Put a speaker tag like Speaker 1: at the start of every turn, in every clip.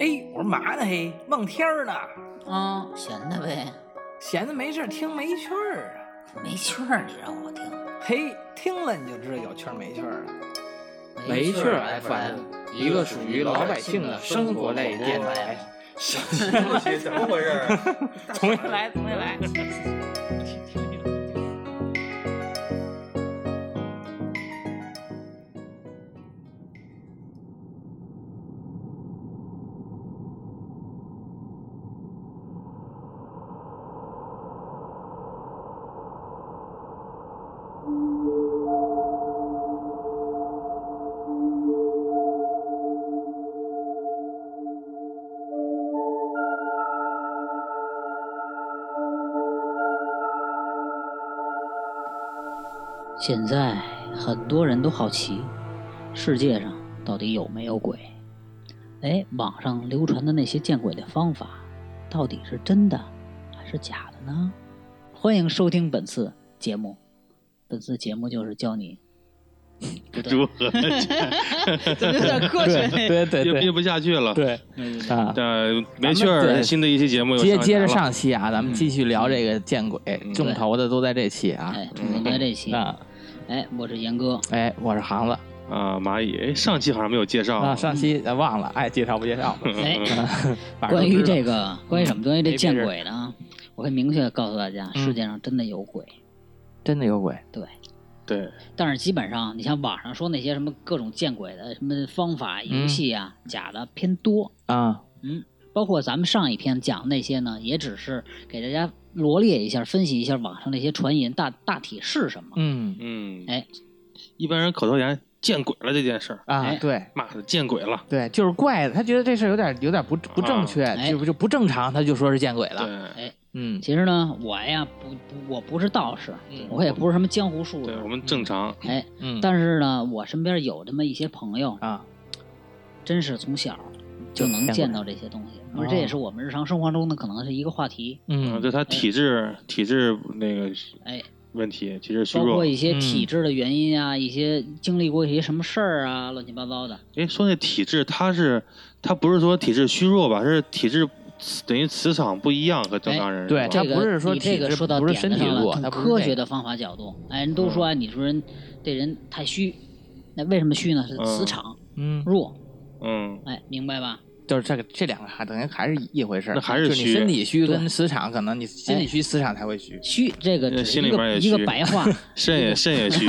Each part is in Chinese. Speaker 1: 哎，我说嘛呢嘿，望天儿呢，
Speaker 2: 啊，闲的呗，
Speaker 1: 闲着没事儿听没趣儿啊。
Speaker 2: 没趣儿，你让我听。
Speaker 1: 嘿，听了你就知道有趣儿没趣儿了。
Speaker 3: 没趣儿 FM，一个属于老百姓的生活类电
Speaker 1: 哎
Speaker 3: 台。
Speaker 4: 怎么回事儿啊？
Speaker 1: 重新来，重新来。
Speaker 2: 现在很多人都好奇，世界上到底有没有鬼？哎，网上流传的那些见鬼的方法，到底是真的还是假的呢？欢迎收听本次节目，本次节目就是教 你不对
Speaker 5: 如何
Speaker 6: 怎么有点科学那
Speaker 3: 对对
Speaker 5: 憋憋
Speaker 3: 对
Speaker 5: 不下去了。
Speaker 3: 对啊！
Speaker 5: 呃，没趣儿，
Speaker 3: 对
Speaker 5: 新的一期节目又嗯
Speaker 3: 接接着
Speaker 5: 来了，
Speaker 3: 上期啊，咱们继续聊这个见鬼，
Speaker 1: 嗯
Speaker 3: 重头的都在这期啊。
Speaker 2: 哎，重在这期，
Speaker 3: 啊，
Speaker 2: 哎，我是严哥，
Speaker 3: 哎，我是航子
Speaker 5: 啊，蚂蚁，哎，上期好像没有介
Speaker 1: 哦
Speaker 5: 绍
Speaker 3: 啊，上期咱忘了， 爱介绍不 介绍？
Speaker 2: 哎，
Speaker 3: 反正都
Speaker 2: 关于
Speaker 3: 知道嗯
Speaker 2: 这个，关于什么东西？这
Speaker 3: 没
Speaker 2: 见
Speaker 3: 别人
Speaker 2: 鬼的啊，我会明确地告诉大家，
Speaker 3: 嗯
Speaker 2: 世界上真的有鬼。
Speaker 3: 真的有鬼，
Speaker 5: 对，
Speaker 2: 但是基本上，你像网上说那些什么各种见鬼的什么方法、游戏啊，
Speaker 3: 嗯
Speaker 2: 假的偏多。
Speaker 3: 啊，
Speaker 2: 嗯，包括咱们上一篇讲那些呢，也只是给大家罗列一下、分析一下网上那些传言大大体是什么。
Speaker 3: 嗯
Speaker 5: 嗯，
Speaker 2: 哎，
Speaker 5: 一般人口头禅见鬼了这件事儿，
Speaker 3: 啊，
Speaker 2: 哎
Speaker 3: 对
Speaker 5: 妈的见鬼了，
Speaker 3: 对，就是怪的，他觉得这事儿有点有点不不
Speaker 1: 哦
Speaker 3: 正确，
Speaker 2: 哎
Speaker 3: 就就不正常，他就说是见鬼了。
Speaker 2: 啊
Speaker 5: 对
Speaker 3: 嗯，
Speaker 2: 其实呢，我呀不不，我不是道士，
Speaker 3: 嗯
Speaker 2: 我也不是什么江湖术
Speaker 5: 对，
Speaker 2: 士
Speaker 5: 我。们正常，
Speaker 2: 哎，
Speaker 3: 嗯
Speaker 2: 但是呢，我身边有这么一些朋友，
Speaker 3: 啊，
Speaker 2: 真是从小就能见到这些东西，
Speaker 3: 哦
Speaker 2: 而这也是我们日常生活中的可能是一个话题。
Speaker 5: 嗯，
Speaker 3: 嗯，
Speaker 5: 就他体质体质那个
Speaker 2: 哎，
Speaker 5: 问题，体质虚
Speaker 2: 包
Speaker 5: 弱
Speaker 2: 括。一
Speaker 3: 嗯
Speaker 2: 些体质的原因啊，一些经历过一些什么事儿啊，乱七八糟的。
Speaker 5: 哎，说那体质，他是他不是说体质虚弱吧，是体质等于磁场不一样，和正常人
Speaker 3: 对
Speaker 5: 是吧
Speaker 3: 这
Speaker 2: 哎这
Speaker 3: 他
Speaker 2: 个
Speaker 3: 不是说
Speaker 2: 你这
Speaker 3: 体
Speaker 2: 个
Speaker 3: 质
Speaker 2: 说到
Speaker 3: 不是
Speaker 2: 点子
Speaker 3: 身体
Speaker 2: 上
Speaker 3: 弱
Speaker 2: 了，
Speaker 3: 他
Speaker 2: 从
Speaker 3: 不是
Speaker 2: 科
Speaker 3: 这
Speaker 2: 学
Speaker 3: 个
Speaker 2: 的方法角度，哎，人
Speaker 5: 嗯
Speaker 2: 都说啊，你说人这人太虚，那为什么虚呢？是磁场
Speaker 3: 嗯，
Speaker 2: 弱，
Speaker 5: 嗯，
Speaker 2: 哎，明白吧？
Speaker 3: 就是这个这两个还等于还是一回事儿，
Speaker 5: 那还是
Speaker 3: 就是你
Speaker 5: 虚
Speaker 3: 身体虚跟磁场，可能你心
Speaker 2: 哎
Speaker 3: 理虚，磁场才会虚。
Speaker 2: 虚这个只是
Speaker 5: 心
Speaker 2: 一
Speaker 5: 里边
Speaker 2: 个
Speaker 5: 也
Speaker 2: 一个
Speaker 5: 虚
Speaker 2: 白话，
Speaker 5: 肾也肾也虚，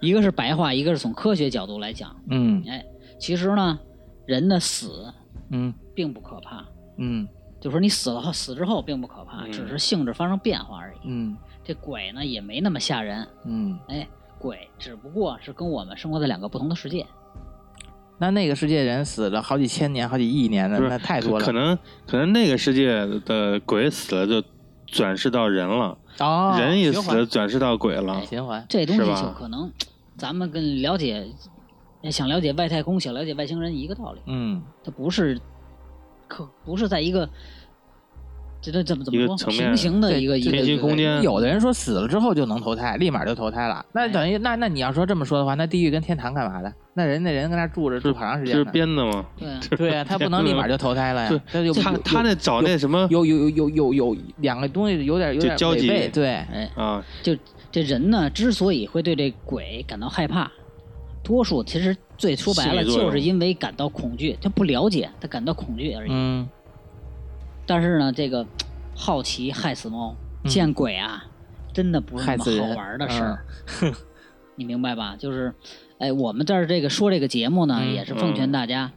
Speaker 2: 一个是白话，一个是从科学角度来讲，
Speaker 3: 嗯
Speaker 2: 哎，其实呢，人的死
Speaker 3: 嗯
Speaker 2: 并不可怕，
Speaker 3: 嗯
Speaker 2: 就说你死了后死之后并不可怕，
Speaker 5: 嗯
Speaker 2: 只是性质发生变化而已。
Speaker 3: 嗯
Speaker 2: 这鬼呢也没那么吓人，
Speaker 3: 嗯，
Speaker 2: 哎，鬼只不过是跟我们生活在两个不同的世界。
Speaker 3: 那那个世界人死了好几千年、好几亿年的，
Speaker 5: 不是
Speaker 3: 那太多了。
Speaker 5: 可能可能那个世界的鬼死了就转世到人了，
Speaker 3: 哦，
Speaker 5: 人也
Speaker 3: 循
Speaker 5: 死
Speaker 3: 环哎
Speaker 5: 了转世到鬼了。
Speaker 3: 循环，
Speaker 2: 这东西
Speaker 5: 是吧
Speaker 2: 就可能，咱们跟了解，想了解外太空，想了解外星人一个道理，
Speaker 3: 嗯
Speaker 2: 它不是可不是在一个这这怎么怎
Speaker 5: 一
Speaker 2: 么
Speaker 5: 个
Speaker 2: 说
Speaker 5: 层面
Speaker 2: 平行的一个一
Speaker 5: 平
Speaker 2: 个
Speaker 5: 行空间
Speaker 3: 有的人说死了之后就能投胎，立马就投胎了。那等于那那你要说这么说的话，那地狱跟天堂干嘛的？那人那人跟那住着住好长时
Speaker 5: 这
Speaker 3: 间
Speaker 5: 是
Speaker 3: 呢。
Speaker 5: 编的吗？
Speaker 2: 对 啊
Speaker 3: 对呀、他不能立马就投胎了
Speaker 2: 哎
Speaker 5: 对
Speaker 3: 呀，他就
Speaker 5: 他
Speaker 3: 有
Speaker 5: 他那找那什
Speaker 2: 嗯
Speaker 5: 么
Speaker 3: 有有有有有有两个东西有点有点
Speaker 5: 就交集
Speaker 3: 违背对，
Speaker 2: 哎，
Speaker 5: 啊，
Speaker 2: 这人呢之所以会对这鬼感到害怕，多数其实最说白了
Speaker 5: 心理作用
Speaker 2: 就是因为感到恐惧，他不了解，他感到恐惧而已。
Speaker 3: 嗯
Speaker 2: 但是呢，这个好奇害死猫，
Speaker 3: 嗯
Speaker 2: 见鬼啊，真的不是那
Speaker 3: 害死
Speaker 2: 么
Speaker 3: 人啊
Speaker 2: 好玩的 事儿， 你明白吧？就是，哎，我们这儿这个说这个节目呢，
Speaker 3: 嗯
Speaker 2: 也是奉劝大家。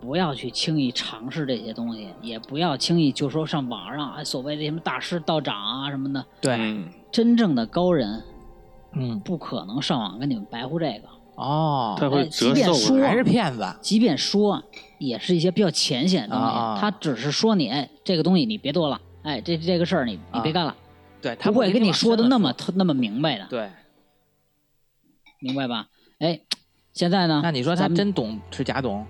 Speaker 2: 不要去轻易尝试这些东西，也不要轻易就说上网上哎所谓的什么大师、道长啊什么的，
Speaker 3: 对，
Speaker 5: 嗯，
Speaker 2: 真正的高人
Speaker 3: 嗯
Speaker 2: 不可能上网跟你们白乎这个。
Speaker 3: 哦，
Speaker 5: 他会
Speaker 2: 哎
Speaker 5: 折
Speaker 2: 即便
Speaker 5: 寿
Speaker 2: 说
Speaker 5: 的。
Speaker 3: 还是骗子，
Speaker 2: 即便说，啊也是一些比较浅显的东西，
Speaker 3: 啊啊
Speaker 2: 他只是说你，哎，这个东西你别做了，哎，这这个事儿你你别
Speaker 3: 啊
Speaker 2: 干了，
Speaker 3: 对他
Speaker 2: 不会跟你说的那么
Speaker 5: 啊
Speaker 2: 嗯
Speaker 3: 往
Speaker 2: 那么明白的，
Speaker 3: 深了说
Speaker 2: 明白吧？哎，现在呢
Speaker 3: 对。，那你说他
Speaker 2: 咱们
Speaker 3: 真懂是假懂？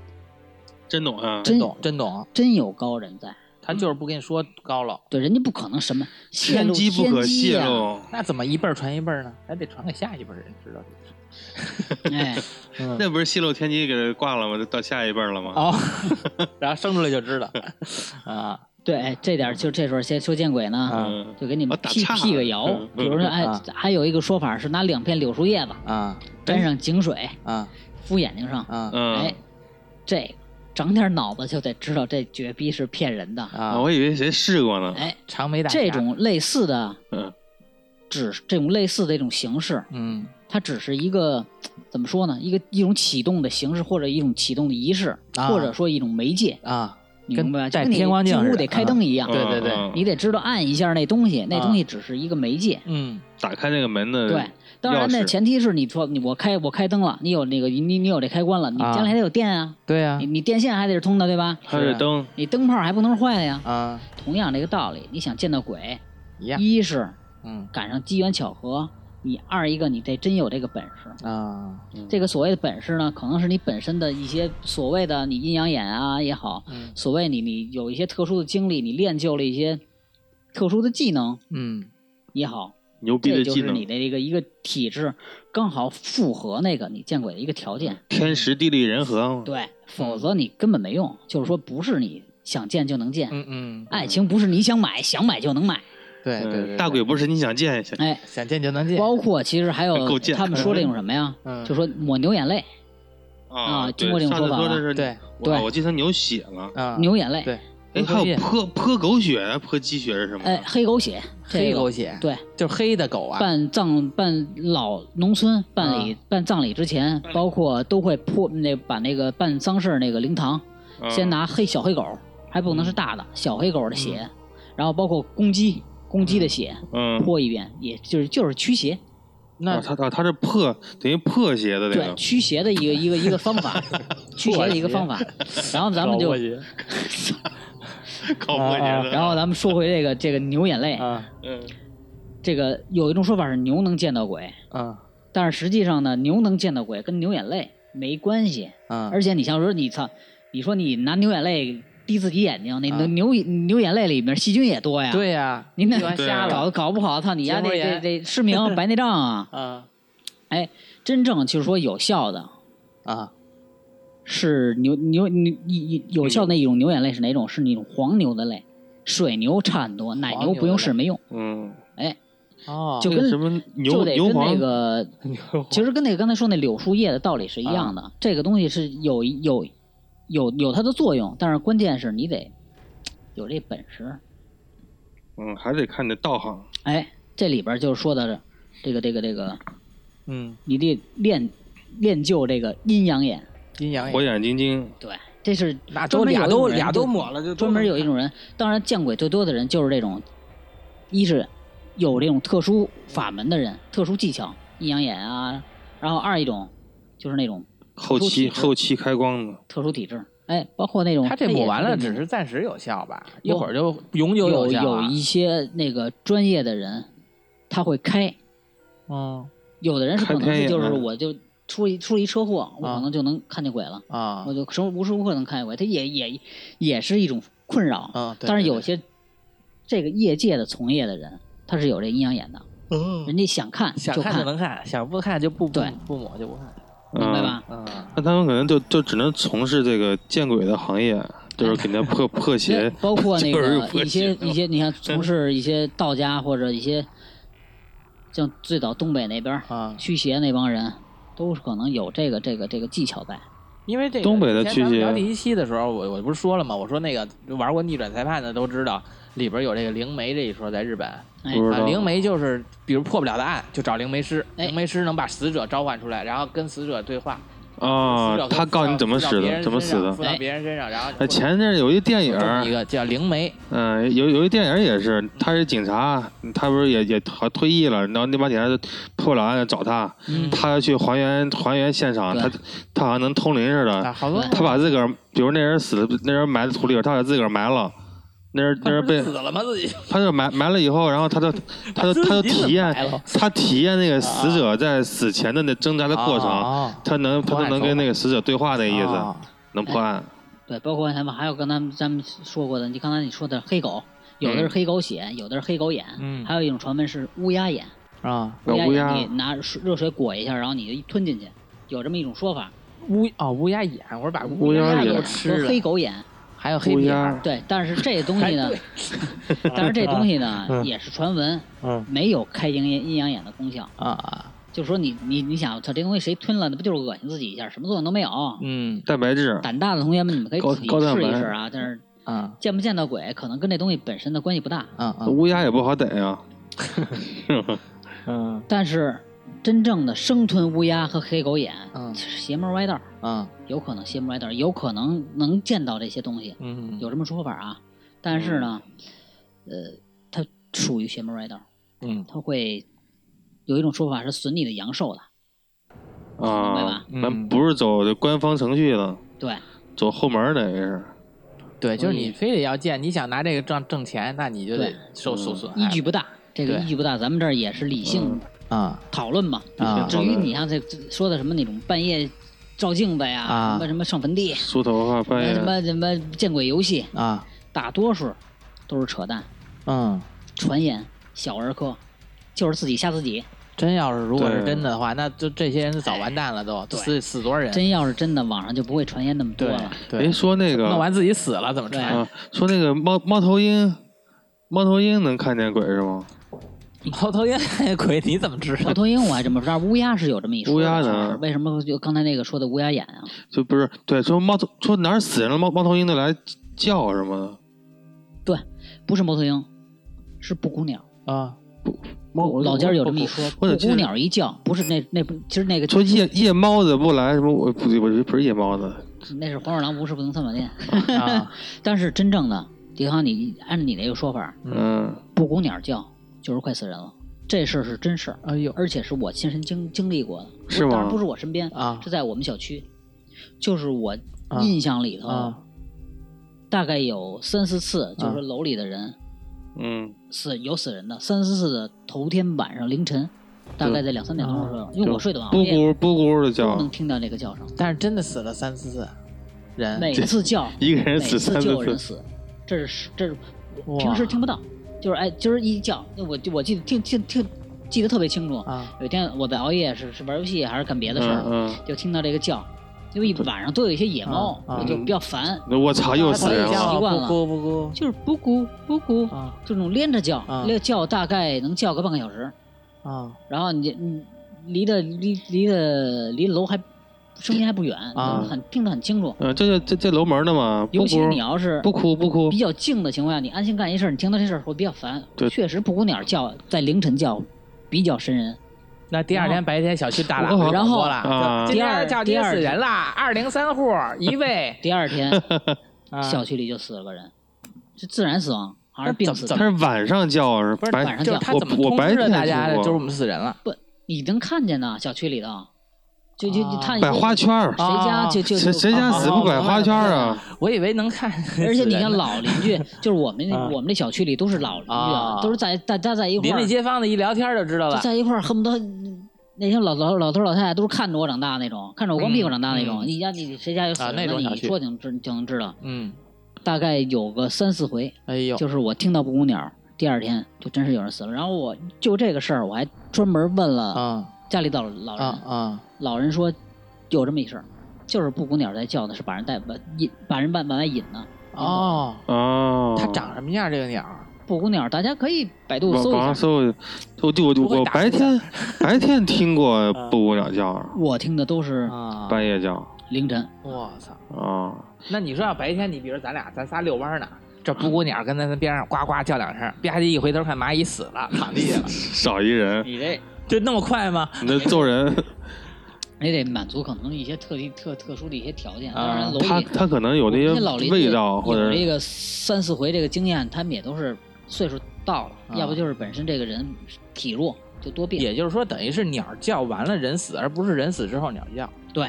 Speaker 5: 真懂啊，
Speaker 2: 真嗯
Speaker 3: 懂真懂，
Speaker 2: 真有高人在，
Speaker 3: 他就是不跟你说高了，
Speaker 2: 对，人家不可能 什么泄
Speaker 5: 天
Speaker 2: 露
Speaker 5: 机不可
Speaker 2: 机啊嗯
Speaker 5: 泄
Speaker 2: 呀
Speaker 5: 露。
Speaker 3: 那怎么一辈儿传一辈儿呢？还得传给下一辈儿人知道这个事。
Speaker 2: 哎，
Speaker 5: 那不是泄露天机给他挂了吗？就到下一辈儿了吗？
Speaker 3: 哦， 然后生出来就 知道啊，
Speaker 2: 对，哎这点儿就这时候先说见鬼呢，
Speaker 3: 啊
Speaker 5: 嗯，
Speaker 2: 就给你们
Speaker 5: 我打
Speaker 2: 辟
Speaker 5: 岔
Speaker 2: 辟个
Speaker 5: 了
Speaker 2: 谣
Speaker 5: 嗯。
Speaker 2: 比如说，哎
Speaker 3: 啊，
Speaker 2: 还有一个说法是拿两片柳树叶子
Speaker 3: 啊
Speaker 5: 哎
Speaker 2: 沾上井水
Speaker 3: 啊
Speaker 2: 敷眼睛上，
Speaker 3: 啊
Speaker 2: 哎
Speaker 5: 嗯，，
Speaker 2: 这个长点脑子就得知道这绝逼是骗人的。
Speaker 3: 啊！
Speaker 5: 啊我以为谁试过呢。
Speaker 2: 哎，
Speaker 3: 长眉大侠
Speaker 2: 这种类似的
Speaker 5: 嗯
Speaker 2: 只这种类似的一种形式，
Speaker 3: 嗯
Speaker 2: 它只是一个怎么说呢？一个一种启动的形式，或者一种启动的仪式，
Speaker 3: 啊
Speaker 2: 或者说一种媒介，
Speaker 3: 啊，
Speaker 2: 你
Speaker 3: 跟
Speaker 2: 明白吧？就
Speaker 3: 戴
Speaker 2: 跟你
Speaker 3: 天光镜
Speaker 2: 进
Speaker 3: 似
Speaker 2: 屋
Speaker 3: 的
Speaker 2: 得开灯一样，
Speaker 3: 啊对对对
Speaker 5: 嗯
Speaker 2: 你得知道按一下那东西，那
Speaker 3: 啊
Speaker 2: 东西只是一个媒介。
Speaker 3: 嗯
Speaker 5: 打开那个门的，
Speaker 2: 对，当然那
Speaker 5: 嗯钥匙
Speaker 2: 前提是你说你我开我开灯了，你有那个你你有这开关了，你
Speaker 3: 啊
Speaker 2: 家里还得有电啊，
Speaker 3: 对呀
Speaker 2: 你你电线还得是通的，对吧？
Speaker 5: 还有灯，
Speaker 2: 你灯泡还不能是坏的呀。
Speaker 3: 啊
Speaker 2: 同样这个道理，你想见到鬼，
Speaker 3: 一样
Speaker 2: 一是
Speaker 3: 嗯
Speaker 2: 赶上机缘巧合，你二一个你得真有这个本事。
Speaker 3: 啊
Speaker 5: 嗯
Speaker 2: 这个所谓的本事呢，可能是你本身的一些所谓的你阴阳眼啊也好，
Speaker 3: 嗯
Speaker 2: 所谓你你有一些特殊的经历，你练就了一些特殊的技能
Speaker 3: 嗯
Speaker 2: 也好，
Speaker 5: 牛逼
Speaker 2: 这
Speaker 5: 的
Speaker 2: 就
Speaker 5: 技
Speaker 2: 是你
Speaker 5: 能，
Speaker 2: 的一个一个体质刚好符合那个你见鬼的一个条件，
Speaker 5: 天时地利人和。
Speaker 2: 对，否则你根本没用。就是说，不是你想见就能见，
Speaker 3: 嗯嗯，
Speaker 2: 爱情不是你想买想买就能买，
Speaker 3: 对
Speaker 5: 嗯
Speaker 3: 对对，
Speaker 5: 大鬼不是你想见想
Speaker 2: 哎，
Speaker 3: 想见就能见
Speaker 2: 包括其实还有
Speaker 5: 够贱
Speaker 2: 他们说这种什么呀，
Speaker 3: 嗯
Speaker 2: 就说抹牛眼泪、啊
Speaker 5: 对
Speaker 2: 听过这种
Speaker 5: 上次
Speaker 2: 说法
Speaker 5: 说
Speaker 2: 吧
Speaker 5: 的是，
Speaker 3: 对
Speaker 5: 哇
Speaker 2: 对
Speaker 5: 我记得牛血了。
Speaker 3: 啊
Speaker 2: 牛眼泪，
Speaker 3: 对，
Speaker 5: 哎，还有泼泼狗血、啊泼鸡血是什么？
Speaker 2: 哎，黑狗血，这
Speaker 3: 黑
Speaker 2: 个
Speaker 3: 狗血，
Speaker 2: 对，
Speaker 3: 就是黑的狗啊，
Speaker 2: 办葬办老农
Speaker 3: 嗯
Speaker 2: 村办理、办葬礼之前，包括都会泼那把那个办丧事儿那个灵堂，
Speaker 5: 嗯
Speaker 2: 先拿黑小黑狗，还不能是大
Speaker 3: 嗯
Speaker 2: 的，小黑狗的血，然后包括公鸡公鸡的血、
Speaker 5: 嗯，
Speaker 2: 泼一遍，也就是就是驱邪，
Speaker 3: 那
Speaker 5: 啊他他他是破，等于破鞋的那
Speaker 2: 对
Speaker 5: 个，。
Speaker 2: 驱邪的一个一个一个方 法，驱邪的一个方法。然后咱们就
Speaker 3: 老，邪
Speaker 5: 搞破鞋的。
Speaker 2: 啊然后咱们说回这个这个牛眼泪，
Speaker 3: 啊
Speaker 5: 嗯，
Speaker 2: 这个有一种说法是牛能见到鬼，
Speaker 3: 啊
Speaker 2: 但是实际上呢，牛能见到鬼跟牛眼泪没关系。
Speaker 3: 啊，
Speaker 2: 而且你像说你操，你说你拿牛眼泪滴自己眼睛，那
Speaker 3: 啊
Speaker 2: 牛牛眼泪里面细菌也多呀。
Speaker 3: 对呀，
Speaker 2: 您那
Speaker 3: 滴完瞎
Speaker 2: 搞
Speaker 3: 了
Speaker 2: 搞不好，操你家
Speaker 3: 结
Speaker 2: 这
Speaker 3: 膜
Speaker 2: 这
Speaker 3: 炎
Speaker 2: 这失明白内 障啊！
Speaker 3: 啊
Speaker 2: 真正就是说有效的
Speaker 3: 啊
Speaker 2: 是牛牛牛一有效的那一种牛眼泪是哪种？是那种黄牛的泪，水牛差很多，奶
Speaker 3: 黄
Speaker 2: 牛
Speaker 3: 牛
Speaker 2: 不用
Speaker 3: 的
Speaker 2: 试没用，
Speaker 5: 嗯，
Speaker 3: 哦，
Speaker 2: 就
Speaker 5: 那个
Speaker 2: 跟
Speaker 5: 什么牛
Speaker 2: 就得
Speaker 5: 牛
Speaker 2: 跟那
Speaker 5: 黄，
Speaker 2: 个其实跟那个刚才说那柳树叶的道理是一样的，
Speaker 3: 啊
Speaker 2: 这个东西是有有有有它的作用，但是关键是你得有这本事。
Speaker 5: 嗯，还得看你的道行。
Speaker 2: 哎，这里边就说到这，这个这个这个，
Speaker 3: 嗯
Speaker 2: 你得练练就这个阴阳眼。
Speaker 3: 阴
Speaker 2: 哎
Speaker 3: 阳
Speaker 5: 火眼金睛，
Speaker 2: 对，这是
Speaker 3: 那
Speaker 2: 专
Speaker 3: 都
Speaker 2: 门有
Speaker 3: 啊俩
Speaker 2: 一种
Speaker 3: 都
Speaker 2: 人
Speaker 3: 俩
Speaker 2: 就
Speaker 3: 都抹了，就
Speaker 2: 专门有一种人，当然见鬼最多的人就是这种，一是有这种特殊法门的人，特殊技巧，阴阳眼啊，然后二一种就是那种
Speaker 5: 后期
Speaker 2: 都体质
Speaker 5: 后期开光的。
Speaker 2: 特殊体质，哎，包括那种
Speaker 3: 他这
Speaker 2: 也
Speaker 3: 抹
Speaker 2: 是
Speaker 3: 完了，
Speaker 2: 那种
Speaker 3: 只是暂时有效吧，一
Speaker 2: 有
Speaker 3: 会儿就永久
Speaker 2: 有
Speaker 3: 效了。
Speaker 2: 一些那个专业的人，他会开，
Speaker 3: 嗯
Speaker 2: 有的人是可能
Speaker 5: 开
Speaker 2: 是
Speaker 5: 开
Speaker 2: 就是
Speaker 5: 嗯
Speaker 2: 我就出一出一车祸，我
Speaker 3: 啊
Speaker 2: 可能就能看见鬼了，
Speaker 3: 啊
Speaker 2: 我就什么无时无刻能看见鬼，他也也也是一种困扰。
Speaker 3: 啊，对
Speaker 2: 但是
Speaker 3: 对
Speaker 2: 有些这个业界的从业的人，他是有这阴阳眼的，人家想看
Speaker 3: 对哦想
Speaker 2: 就
Speaker 3: 看就能看，想不看就不不
Speaker 2: 对
Speaker 3: 不抹就不看。
Speaker 2: 明白
Speaker 5: 嗯
Speaker 2: 吧？
Speaker 3: 嗯，
Speaker 5: 那他们可能就就只能从事这个见鬼的行业，就是给那
Speaker 2: 哎
Speaker 5: 破破
Speaker 2: 对
Speaker 5: 鞋，
Speaker 2: 包括 那
Speaker 5: 就是
Speaker 2: 个
Speaker 5: 破
Speaker 2: 一些
Speaker 5: 鞋
Speaker 2: 一些，你看从事一些道家或者一些，像最早东北那边儿
Speaker 3: 啊
Speaker 2: 驱邪那帮人，都是可能有这个这个这个技巧在。
Speaker 3: 因为这个
Speaker 5: 东北的
Speaker 3: 之前
Speaker 5: 区
Speaker 3: 咱们
Speaker 5: 别
Speaker 3: 聊第一期的时候，我我不是说了吗？我说那个玩过逆转裁判的都知道，里边有这个灵媒这一说，在日本啊，
Speaker 2: 哎，
Speaker 5: 不知道
Speaker 3: 灵媒就是比如破不了的案，就找灵媒师，
Speaker 2: 哎
Speaker 3: 灵媒师能把死者召唤出来，然后跟死者对话。死者可
Speaker 5: 啊，
Speaker 3: 以
Speaker 5: 他告诉你怎么
Speaker 3: 附到
Speaker 5: 死
Speaker 3: 别人
Speaker 5: 的，怎么
Speaker 3: 身
Speaker 5: 死
Speaker 3: 上
Speaker 5: 的。
Speaker 3: 附到别人身上，然后
Speaker 5: 哎，前阵儿有一电影
Speaker 3: 有
Speaker 5: 儿，
Speaker 3: 这么一个叫灵媒，
Speaker 5: 嗯，有有一电影也是，他是警察，他不是也也好退役了，然后那帮警察就破了案就找他，
Speaker 3: 嗯
Speaker 5: 他要去还原还原现场，
Speaker 2: 对
Speaker 5: 他他好像能通灵似的，
Speaker 3: 啊，好多
Speaker 5: 他把自个儿，比如那人死了，那人埋在土里边，他把自个儿埋了，那人那人被
Speaker 3: 死了吗？自己
Speaker 5: 他就埋埋了以后，然后他就 他就他就体验
Speaker 3: 埋了
Speaker 5: 他体验那个死者在死前的那挣扎的过程，
Speaker 3: 啊
Speaker 5: 他能他
Speaker 3: 破案
Speaker 5: 就能
Speaker 3: 手
Speaker 5: 跟
Speaker 3: 法
Speaker 5: 那个死者对话那意思，
Speaker 3: 啊
Speaker 5: 能破案。
Speaker 2: 对，包括咱们还有刚才咱们说过的，你刚才你说的黑狗，有的是
Speaker 5: 嗯
Speaker 2: 黑狗血，有的是黑狗眼，
Speaker 3: 嗯
Speaker 2: 还有一种传闻是乌鸦眼，
Speaker 3: 啊，
Speaker 5: 啊
Speaker 2: 鸦
Speaker 5: 乌
Speaker 2: 眼
Speaker 5: 鸦
Speaker 2: 你拿水热水裹一下，然后你就一吞进去，有这么一种说法。
Speaker 3: 乌哦乌鸦眼，我说把
Speaker 5: 乌鸦啊
Speaker 3: 眼
Speaker 5: 眼
Speaker 3: 都
Speaker 2: 眼
Speaker 3: 吃
Speaker 2: 和
Speaker 3: 了
Speaker 2: 黑，狗眼，
Speaker 3: 还有黑
Speaker 5: 乌
Speaker 3: 皮
Speaker 5: 鸦
Speaker 3: 眼，
Speaker 2: 对，但是这东西呢， 但是这东西 呢也是传闻，
Speaker 5: 嗯，
Speaker 2: 没有开阴阴阳眼的功效。
Speaker 3: 啊啊，
Speaker 2: 就说你你你想，操，这东西谁吞了，那不就是恶心自己一下，什么作用都没有。
Speaker 3: 嗯
Speaker 5: 蛋白质，
Speaker 2: 胆大的同学们，你们可以
Speaker 5: 高
Speaker 2: 自己
Speaker 5: 高蛋
Speaker 2: 试一
Speaker 5: 白
Speaker 2: 试啊，但是
Speaker 3: 啊
Speaker 2: 见不见到鬼，可能跟这东西本身的关系不大。
Speaker 3: 啊啊，
Speaker 5: 乌鸦也不好逮啊 呀。
Speaker 3: 嗯
Speaker 2: 但是真正的生吞乌鸦和黑狗眼，
Speaker 3: 嗯
Speaker 2: 是邪门歪道，
Speaker 3: 嗯
Speaker 2: 有可能邪门歪道，有可能能见到这些东西，
Speaker 3: 嗯，
Speaker 2: 有这么说法啊。但是呢，呃，它属于邪门歪道，
Speaker 3: 嗯
Speaker 2: 它会有一种说法是损你的阳寿的，白
Speaker 5: 啊
Speaker 2: 吧，
Speaker 3: 嗯
Speaker 5: 咱不是走这官方程序了，
Speaker 2: 对，
Speaker 5: 走后门儿等于是。
Speaker 3: 对，就是你
Speaker 2: 所以
Speaker 3: 非得要见，你想拿这个挣挣钱，那你就得
Speaker 2: 对
Speaker 3: 受受损害
Speaker 2: 依据不大。这个
Speaker 3: 对
Speaker 2: 依据不大，咱们这儿也是理性
Speaker 3: 啊
Speaker 2: 讨论嘛。
Speaker 3: 啊
Speaker 2: 至于你像这这说的什么那种半夜照镜子呀，
Speaker 3: 啊
Speaker 2: 什么什么上坟地，
Speaker 5: 梳头发，半夜
Speaker 2: 什么什么见鬼游戏，
Speaker 3: 啊
Speaker 2: 大多数都是扯淡、
Speaker 3: 嗯，
Speaker 2: 传言、小儿科，就是自己吓自己。
Speaker 3: 真要是如果是
Speaker 5: 对
Speaker 3: 真的话，那就这些人早完蛋了都，
Speaker 2: 对
Speaker 3: 死死多少人？
Speaker 2: 真要是真的，网上就不会传言那么多
Speaker 3: 对
Speaker 2: 了。
Speaker 3: 对
Speaker 5: 哎，，说那个
Speaker 3: 弄完自己死了怎么
Speaker 2: 对
Speaker 3: 传？
Speaker 5: 啊，说那个猫猫头鹰，猫头鹰能看见鬼是吗？
Speaker 3: 猫 头鹰那鬼你怎么知
Speaker 2: 猫
Speaker 3: 道？
Speaker 2: 头鹰我还真不知道，乌鸦是有这么一说的。
Speaker 5: 乌鸦
Speaker 2: 是
Speaker 5: 呢
Speaker 2: 为什么就刚才那个说的乌鸦眼啊？
Speaker 5: 就不是对，说猫头说哪儿死人了，猫猫头鹰就来叫什么
Speaker 2: 不是猫头鹰，是布谷鸟。
Speaker 3: 啊，
Speaker 5: 的。猫
Speaker 2: 老家有这么一说，
Speaker 5: 我
Speaker 2: 布
Speaker 5: 得
Speaker 2: 谷鸟一叫，不是那那不其实那个
Speaker 5: 说夜夜猫子不来什么，我不对，我这不是夜猫子，
Speaker 2: 那是黄鼠狼，不是不能三宝殿。
Speaker 3: 啊
Speaker 2: 但是真正的，迪康，你按你那个说法，
Speaker 5: 嗯，
Speaker 2: 布谷鸟叫就是快死人了，这事儿是真事儿。
Speaker 3: 哎呦
Speaker 2: 而且是我亲身经经历过的，
Speaker 5: 是
Speaker 2: 不
Speaker 5: 吗
Speaker 2: 当然不是我身边，
Speaker 3: 啊
Speaker 2: 是在我们小区，就是我
Speaker 3: 啊
Speaker 2: 印象里头，
Speaker 3: 啊
Speaker 2: 大概有三四
Speaker 5: 啊
Speaker 2: 次，就是说楼里的人、
Speaker 5: 嗯，
Speaker 2: 死有死人的，三四次的头天晚上凌晨，大概在两三点钟的时候，因为我睡得晚，
Speaker 5: 就
Speaker 2: 我
Speaker 5: 咕啊
Speaker 2: 也嗯
Speaker 5: 咕咕咕的
Speaker 2: 都
Speaker 5: 叫
Speaker 2: 能，听到这个叫声，
Speaker 3: 但是真的死了三四次人，
Speaker 2: 每次叫
Speaker 5: 一个
Speaker 2: 每
Speaker 5: 人死
Speaker 2: 次就
Speaker 5: 三四
Speaker 2: 有人
Speaker 5: 次，
Speaker 2: 死，这是这是
Speaker 3: 哇
Speaker 2: 平时听不到，就是哎今儿一叫，那我就我记得听听听记得特别清楚。
Speaker 3: 啊
Speaker 2: 有一天我在熬夜，是是玩游戏还是干别的事儿，
Speaker 5: 嗯
Speaker 2: 就听到这个叫，因为一晚上都有一些野猫，
Speaker 3: 啊啊
Speaker 2: 我就比较烦，
Speaker 5: 嗯，我操，又死人
Speaker 2: 我也想
Speaker 5: 了，
Speaker 2: 习惯了
Speaker 3: 咕咕咕咕
Speaker 2: 就是布谷布谷，
Speaker 3: 啊
Speaker 2: 这种连着叫，
Speaker 3: 啊
Speaker 2: 连着叫大概能叫个半个小时，
Speaker 3: 啊
Speaker 2: 然后你你离的离离的离楼还声音还不远，
Speaker 3: 啊
Speaker 2: 能很听得很清楚。
Speaker 5: 嗯，这就这这楼门的嘛，不
Speaker 2: 尤其你
Speaker 5: 咕
Speaker 2: 要是
Speaker 5: 不哭不哭
Speaker 2: 比，较静的情况下，你安心干一事儿，你听到这事儿会比较烦。
Speaker 5: 对
Speaker 2: 确实布谷鸟叫在凌晨叫比较瘆人。
Speaker 3: 那第二天白天小区大喇叭
Speaker 5: 然后
Speaker 3: 广播了，
Speaker 5: 啊
Speaker 3: 今天叫
Speaker 2: 哦第
Speaker 3: 你
Speaker 2: 二
Speaker 3: 死人啦，二零三户一位
Speaker 2: 第二天
Speaker 3: 啊
Speaker 2: 小区里就死了个人，是自然死亡还
Speaker 3: 不
Speaker 2: 是
Speaker 3: 是
Speaker 2: 病
Speaker 3: 怎
Speaker 2: 死
Speaker 3: 么
Speaker 2: 的
Speaker 5: 他？是晚上叫是
Speaker 3: 不是
Speaker 5: 白
Speaker 2: 晚上
Speaker 3: 就
Speaker 2: 叫
Speaker 3: 是他
Speaker 5: 我
Speaker 3: 怎么
Speaker 5: 我
Speaker 3: 通
Speaker 5: 白
Speaker 3: 知
Speaker 5: 天
Speaker 3: 大家
Speaker 5: 听
Speaker 3: 的，
Speaker 5: 过
Speaker 3: 就是我们死人了
Speaker 2: 你能看见呢，小区里头，就就
Speaker 3: 啊
Speaker 2: 就看
Speaker 5: 摆花圈儿，
Speaker 2: 谁
Speaker 3: 哦
Speaker 2: 家就就
Speaker 5: 谁
Speaker 2: 就
Speaker 5: 谁家
Speaker 2: 啊
Speaker 5: 死不摆花圈儿啊？
Speaker 3: 我以为能看，
Speaker 2: 而且你
Speaker 3: 死
Speaker 2: 看
Speaker 3: 人呢
Speaker 2: 老邻 居，就是我们那
Speaker 3: 啊
Speaker 2: 我们这小区里都是老邻居啊
Speaker 3: 啊，
Speaker 2: 都是在大家在一块
Speaker 3: 邻
Speaker 2: 儿，
Speaker 3: 里
Speaker 2: 就
Speaker 3: 街坊的一聊天就知道了，
Speaker 2: 在一块儿，恨不得那些老老老头老太太都是看着我长大那种，看着我光屁股长大那
Speaker 3: 嗯
Speaker 2: 种。
Speaker 3: 嗯
Speaker 2: 你家你谁家有死
Speaker 3: 啊
Speaker 2: 人
Speaker 3: 那
Speaker 2: 了，
Speaker 3: 种小
Speaker 2: 你
Speaker 3: 区
Speaker 2: 说就能知就能知道。
Speaker 3: 嗯，
Speaker 2: 大概有个三四回，
Speaker 3: 哎呦，
Speaker 2: 就是我听到布谷鸟，第二天就真是有人死了。然后我就这个事儿，我还专门问了
Speaker 3: 啊
Speaker 2: 家里的老
Speaker 3: 啊
Speaker 2: 人，
Speaker 3: 啊
Speaker 2: 老人说有这么一事儿，就是布谷鸟在叫呢，是把人带把引把人往往外引呢。
Speaker 3: 哦，
Speaker 2: 啊
Speaker 5: 哦，
Speaker 3: 它长什么样这个鸟？
Speaker 2: 布谷鸟，大家可以百度
Speaker 5: 网
Speaker 2: 搜一
Speaker 5: 网
Speaker 2: 下
Speaker 5: 上。搜一下，我就我就
Speaker 3: 不会
Speaker 5: 我
Speaker 3: 打
Speaker 5: 白
Speaker 3: 字
Speaker 5: 天白天听过布谷鸟叫，
Speaker 2: 我听的都
Speaker 5: 嗯
Speaker 2: 是
Speaker 3: 啊，
Speaker 5: 半夜叫
Speaker 2: 凌晨，
Speaker 3: 我操！
Speaker 5: 啊，
Speaker 3: 那你说要白天，你比如咱俩咱仨遛弯呢，这布谷鸟跟咱边上呱呱叫两声，吧唧一回头看蚂蚁死了，躺地下 了，
Speaker 5: 少一人，
Speaker 2: 你这
Speaker 3: 就那么快吗？
Speaker 5: 你这揍人，
Speaker 2: 也得满足可能一些特地特特殊的一些条件。
Speaker 3: 啊
Speaker 2: 当然，楼
Speaker 5: 他
Speaker 2: 里
Speaker 5: 他可能有那
Speaker 2: 我们老邻
Speaker 5: 些
Speaker 2: 居
Speaker 5: 味道或者
Speaker 2: 有这个三四回这个经验，他们也都是岁数到了，
Speaker 3: 啊
Speaker 2: 要不就是本身这个人体弱就多病。
Speaker 3: 也就是说，等于是鸟叫完了人死，而不是人死之后鸟叫。
Speaker 2: 对，